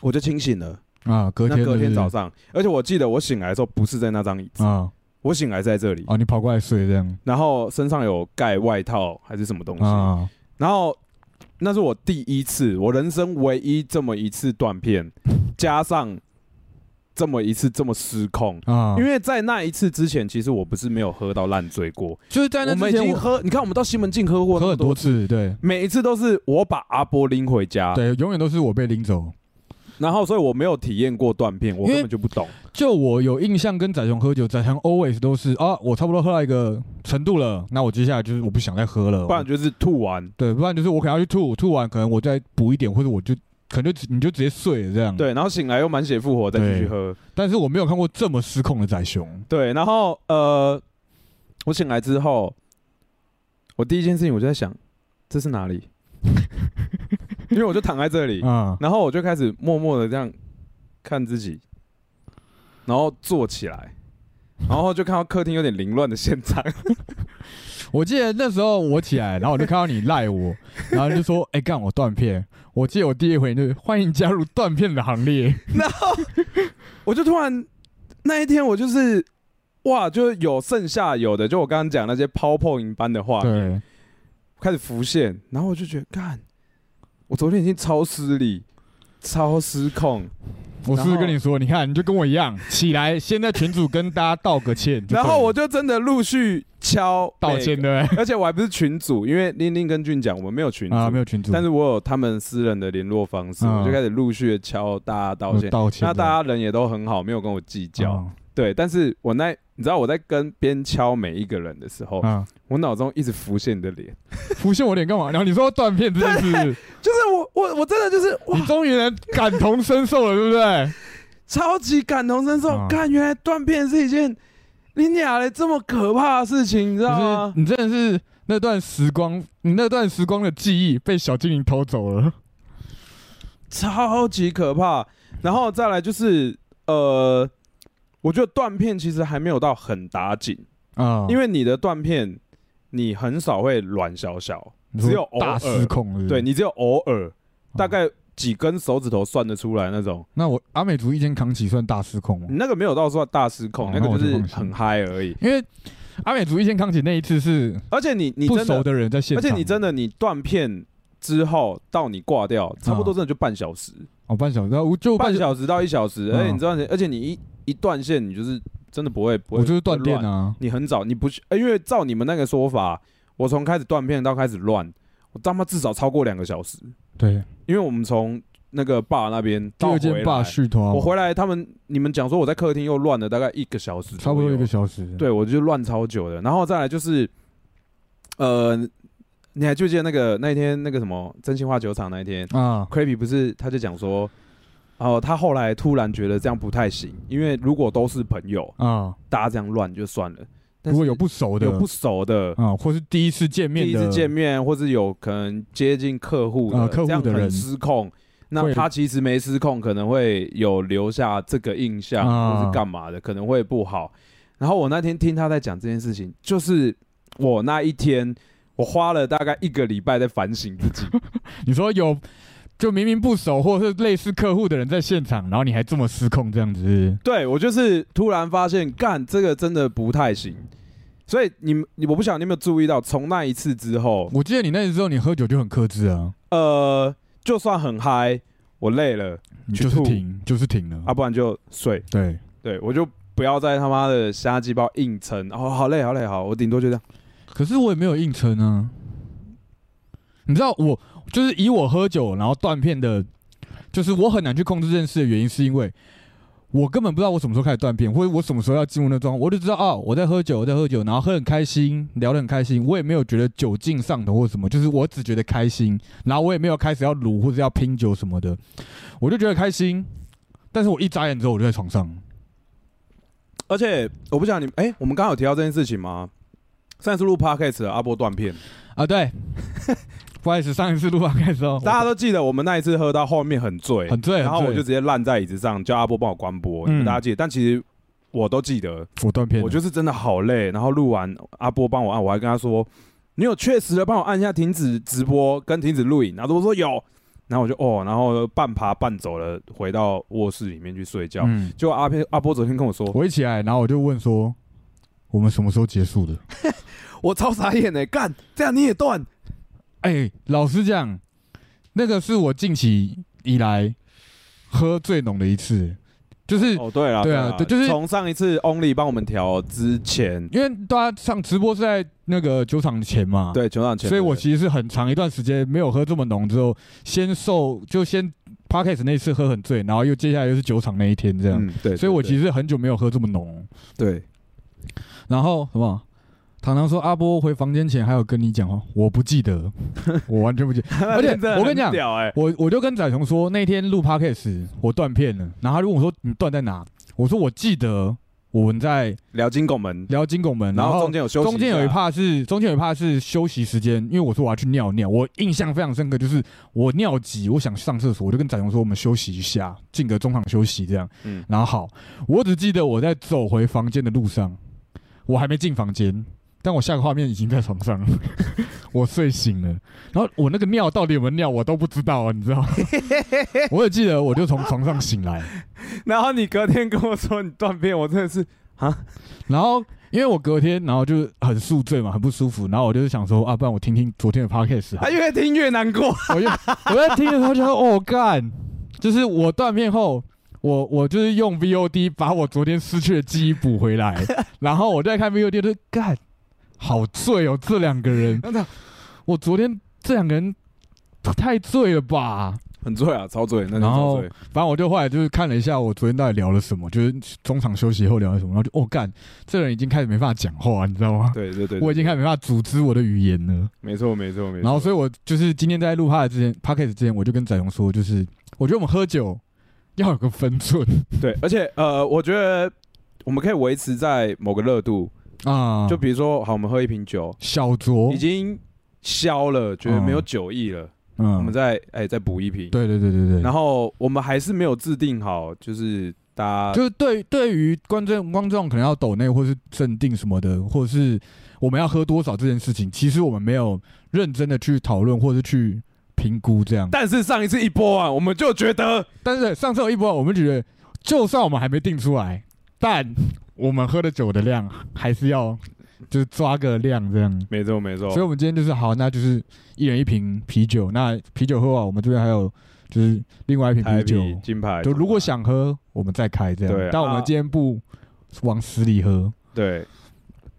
B: 我就清醒了，
A: 啊，隔天
B: 那隔天
A: 就是
B: 早上，而且我记得我醒来的时候不是在那张椅子，
A: 啊
B: 我醒来是在这里，
A: 啊，你跑过来睡这样
B: 然后身上有盖外套还是什么东西，
A: 啊，
B: 然后那是我第一次，我人生唯一这么一次断 片，加上这么一次这么失控。
A: 啊，
B: 因为在那一次之前，其实我不是没有喝到烂醉过，
A: 就是在
B: 我们已经喝，你看我们到西门庆喝过那
A: 喝
B: 么
A: 很多
B: 多，
A: 次，对
B: 每一次都是我把阿波拎回家，
A: 对，永远都是我被拎走。
B: 然后所以我没有体验过断片，我
A: 因为
B: 根本就不懂。
A: 就我有印象，跟仔雄喝酒，仔雄 always 都是啊，我差不多喝到一个程度了，那我接下来就是我不想再喝了，
B: 不然就是吐完，
A: 对，不然就是我可能要去吐，吐完可能我再补一点，或者我就可能就直你就直接睡了这样。，
B: 对，然后醒来又满血复活，再继续
A: 对
B: 喝，
A: 但是我没有看过这么失控的仔雄
B: 对，然后呃，我醒来之后，我第一件事情我就在想，这是哪 里？因为我就躺在这里，
A: 啊、
B: 然后我就开始默默的这样看自己，然后坐起来，然后就看到客厅有点凌乱的现场，
A: 我记得那时候我起来，然后我就看到你赖 我，然后就说：“哎、干我断片。”我记得我第一回就是欢迎加入断片的行列。
B: 我就突然那一天我就是哇，就是有剩下有的，就我刚刚讲那些抛破银般的话，
A: 对，
B: 开始浮现，然后我就觉得，干，我昨天已经超失礼，超失控，
A: 我是不
B: 然
A: 是
B: 后
A: 跟你说？你看，你就跟我一样，起来先在群主跟大家道个歉。就
B: 然后
A: 对
B: 我
A: 了
B: 就真的陆续敲
A: 道歉，
B: 每个，
A: 对不
B: 而且我还不是群主，因为玲玲跟俊讲我们没有群
A: 对
B: 主，
A: 啊，没
B: 有，
A: 有群主，
B: 但是我有他们私人的联络方式，
A: 嗯
B: 我就开始陆续的敲大家道歉。
A: 道歉
B: 那
A: 的，
B: 大家人也都很好，没有跟我计较。
A: 啊
B: 对，但是我那你知道我在跟边敲每一个人的时候，
A: 啊，
B: 我脑中一直浮现你的脸，
A: 浮现我脸干嘛？然后你说断片这件事，
B: 就是我我我真的就是 哇
A: 你，终于能感同身受了，对不对？
B: 超级感同身受
A: 啊，
B: 看、原来断片是一件你俩的这么可怕的事情，你知道
A: 就是
B: 吗？
A: 你真的是那段时光，你那段时光的记忆被小精灵偷走了。
B: 超级可怕。然后再来就是呃，我觉得断片其实还没有到很打紧，
A: 啊，
B: 因
A: 为
B: 为你的断片你很少会软小小，只有偶尔
A: 大失控是不是
B: 对你只有偶尔大概几根手指头算得出来那种，
A: 那我阿美族一肩扛起算大失控吗？
B: 你那个没有到算大失
A: 哦
B: 控，
A: 那
B: 那个
A: 我
B: 就
A: 就是放心
B: 很嗨而已。
A: 因为阿美族一肩扛起那一次是
B: 而且你你
A: 不
B: 真的
A: 熟的人在现
B: 而
A: 场，
B: 且你真的你断片之后到你挂掉，差不多真的就半小时，
A: 哦半小时，嗯然后我就
B: 半，小时到一小时。
A: 嗯
B: 哎而且你知道，而且你一一断线，你就是真的不会不会，
A: 我就是断电
B: 不会乱。
A: 啊，
B: 你很早，你不去，呃因为照你们那个说法，我从开始断片到开始乱，我他妈至少超过两个小时，
A: 对，
B: 因为我们从那个坝那边
A: 第
B: 到
A: 二
B: 回
A: 件霸
B: 来，
A: 续团，
B: 我回来他们你们讲说我在客厅又乱了大概一个小时左右，
A: 差不多一个小时，
B: 对，我就乱超久的。然后再来就是，呃，你还记不记得那个那一天那个什么真心话酒厂那一天
A: 啊，
B: ，Creepy 不是他就讲说，哦、他后来突然觉得这样不太行，因为如果都是朋友，
A: 啊，
B: 大家这样乱就算了，但
A: 如果
B: 是
A: 有不熟的，
B: 有不熟的。
A: 啊，或是第一次见面
B: 第一
A: 的，
B: 次见面，或是有可能接近客户的，
A: 啊客户
B: 这样
A: 的
B: 很
A: 人
B: 失控，那
A: 会
B: 他其实没失控，可能会有留下这个印象，
A: 啊
B: 或是干嘛的，可能会不好。然后我那天听他在讲这件事情，就是我那一天，我花了大概一个礼拜在反省 自己。
A: 你说有就明明不熟或者是类似客户的人在现场，然后你还这么失控这样子，
B: 对我就是突然发现，干这个真的不太行。所以你们，你我不晓得你有没有注意到，从那一次之后，
A: 我记得你那时候你喝酒就很克制啊，
B: 呃，就算很嗨，我累了，
A: 你
B: 去
A: 就是
B: 吐
A: 停，就是停了
B: 啊，不然就睡。
A: 对，
B: 对我就不要再他妈的瞎鸡巴硬撑，哦，好累，好累，好，我顶多就这样。
A: 可是我也没有硬撑啊。你知道我就是以我喝酒然后断片的，就是我很难去控制这件事的原因，是因为我根本不知道我什么时候开始断片，或者我什么时候要进入那状况，我就知道哦，我在喝酒，我在喝酒，然后喝很开心，聊得很开心，我也没有觉得酒劲上头或什么，就是我只觉得开心，然后我也没有开始要撸或者要拼酒什么的，我就觉得开心。但是我一眨眼之后我就在床上，
B: 而且我不想你，哎、我们刚刚有提到这件事情吗？上次录 podcast 的阿波断片，
A: 啊，对， 不好意思，上一次录完开始哦，
B: 大家都记得我们那一次喝到后面很醉，
A: 很醉，很
B: 然后我
A: 醉
B: 就直接烂在椅子上，叫阿波帮我关播，
A: 嗯
B: 你们大家记得。但其实我都记得，
A: 我断片了，
B: 我就是真的好累。然后录完阿波帮我按，我还跟他说：“你有确实的帮我按一下停止直播跟停止录影。”然后我说有，然后我就哦，然后半爬半走了回到卧室里面去睡觉。
A: 嗯，
B: 结果阿片阿波昨天跟我说，
A: 我一起来，然后我就问说，我们什么时候结束的？
B: 我超傻眼哎、干这样你也断？
A: 哎、老实讲，那个是我近期以来喝最浓的一次，就是、
B: 哦，对了，
A: 对啊
B: 啦
A: 对就是
B: 从上一次 Only 帮我们调之前，
A: 因为大家上直播是在那个酒厂前嘛，，
B: 对球场
A: 啊
B: 前，
A: 所以我其实是很长一段时间没有喝这么浓，之后先受就先 podcast 那一次喝很醉，然后又接下来又是酒厂那一天这样，
B: 嗯对，
A: 所以我
B: 对
A: 其实很久没有喝这么浓。
B: 对
A: 然后什么？糖糖说阿波回房间前还有跟你讲话，我不记 得，我完全不记得。而且我跟你讲
B: 真的很屌哎，
A: 我我就跟仔雄说，那天录 podcast 我断片了，然后他就问我说你断在哪？我说我记得我们在
B: 聊金拱门，
A: 聊金拱门，
B: 然
A: 嗯
B: 后
A: 后
B: 中间有休息下，
A: 中间有一趴是中间有一趴是休息时间，因为我说我要去尿尿，我印象非常深刻，就是我尿急，我想上厕所，我就跟展雄说我们休息一下，进个中场休息这样。
B: 嗯
A: 然后好，我只记得我在走回房间的路上，我还没进房间，但我下个画面已经在床上了， 我睡醒了，然后我那个尿到底有没有尿我都不知道啊，你知 道吗？我也记得，我就从床上醒来，
B: 然后你隔天跟我说你断片，我真 的是
A: 然后因为我隔天然后就很宿醉嘛，很不舒服，然后我就是想说啊，不然我听听昨天的 podcast 好了
B: 啊越听越难过。
A: 我就我在听的时候就说哦干，就是我断片后，我我就是用 VOD 把我昨天失去的记忆补回来，然后我再看 VOD 就干，好醉哦，这两个人，
B: 真的
A: 我昨天这两个人太醉了吧。
B: 很醉啊，超醉，那就
A: 然
B: 超
A: 后
B: 醉。
A: 反正我就后来就是看了一下我昨天到底聊了什么，就是中场休息后聊了什么，然后就哦干，这人已经开始没办法讲话，你知道吗？
B: 对对对，
A: 我已经开始没办法组织我的语言了。
B: 没错没错没错。
A: 然后，所以我就是今天在录 p o d 之前 p o d c a s 之前，我就跟展荣说，就是我觉得我们喝酒要有个分 寸
B: 对，而且呃，我觉得我们可以维持在某个热度，
A: 啊，
B: 就比如说，好，我们喝一瓶酒，
A: 小酌
B: 已，经消了，觉得
A: 哦嗯
B: 没有酒意了，
A: 嗯，
B: 我们再哎再补一瓶。
A: 对对对对对
B: 然，后我们还是没有制定好，就是大家
A: 就是对对于观众观众可能要抖内或是镇定什么的，或者是我们要喝多少这件事情，其实我们没有认真的去讨论或是去评估这样。
B: 但是上一次一播完，我们就觉得
A: 但是上次有一波，我们觉得就算我们还没定出来，但我们喝的酒的量还是要就是抓个量这样。
B: 没错没错
A: 所以，，我们今天就是好，那就是一人一瓶啤酒。那啤酒喝完，我们这边还有就是另外一瓶
B: 台
A: 啤酒
B: 啤。金牌，
A: 就如果
B: 金牌
A: 想喝，我们再开这
B: 对
A: 样。但我
B: 啊
A: 们今天不往死里喝
B: 对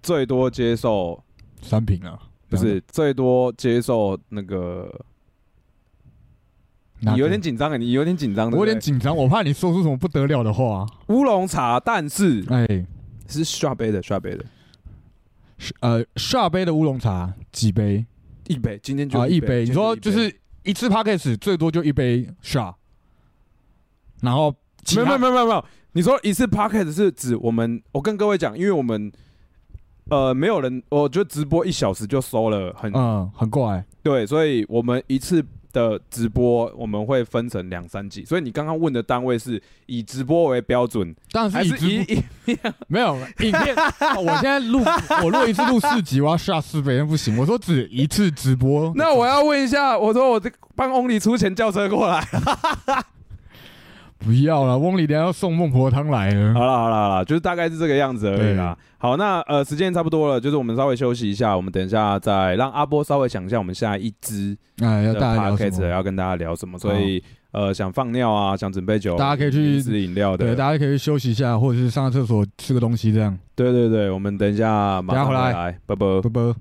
B: 最多接受
A: 三瓶啊，
B: 不是最多接受那个，
A: 哪
B: 你
A: 个
B: 有点紧张啊，你有点紧张，
A: 我有点
B: 对
A: 紧张，我怕你说出什么不得了的话。
B: 不对乌龙茶，但是
A: 哎，
B: 是刷杯的，刷杯的，
A: 是呃，下杯的乌龙茶几杯
B: 一杯，今天就
A: 啊？
B: 一
A: 一杯。你
B: 今天
A: 说就是一次 p a c k a g e 最多就一杯 s h 然后其
B: 没
A: 他
B: 有没有没有没有没有，你说一次 pocket 是指我们，我跟各位讲，因为我们。呃，没有人，我觉得直播一小时就收了很，
A: 嗯，很怪。
B: 对，所以我们一次的直播我们会分成两三季，所以你刚刚问的单位是以直播为标准，
A: 当
B: 还
A: 然是以
B: 是以
A: 直
B: 以
A: 没有影 片。我现在录，我录一次录四集，我要下四倍，那不行。我说只一次直播，
B: 那我要问一下，我说我这帮 Only 出钱叫车过来。
A: 不要了。翁里等下要送孟婆汤来了。
B: 好了好了 好了，就是大概是这个样子而已啦。好，那呃时间差不多了，就是我们稍微休息一下，我们等一下再让阿波稍微想一下我们下一支
A: 哎，要
B: 的
A: 大家聊
B: podcast
A: 什么？哦
B: 要跟大家聊什么，所以呃想放尿啊，想准备酒，
A: 大家可以去
B: 吃饮料
A: 对，
B: 的。
A: 大家可以休息一下，或者是上个厕所吃个东西，这样。
B: 对对对，我们等一下马上
A: 等一下回来
B: 来，拜拜。
A: 啵啵。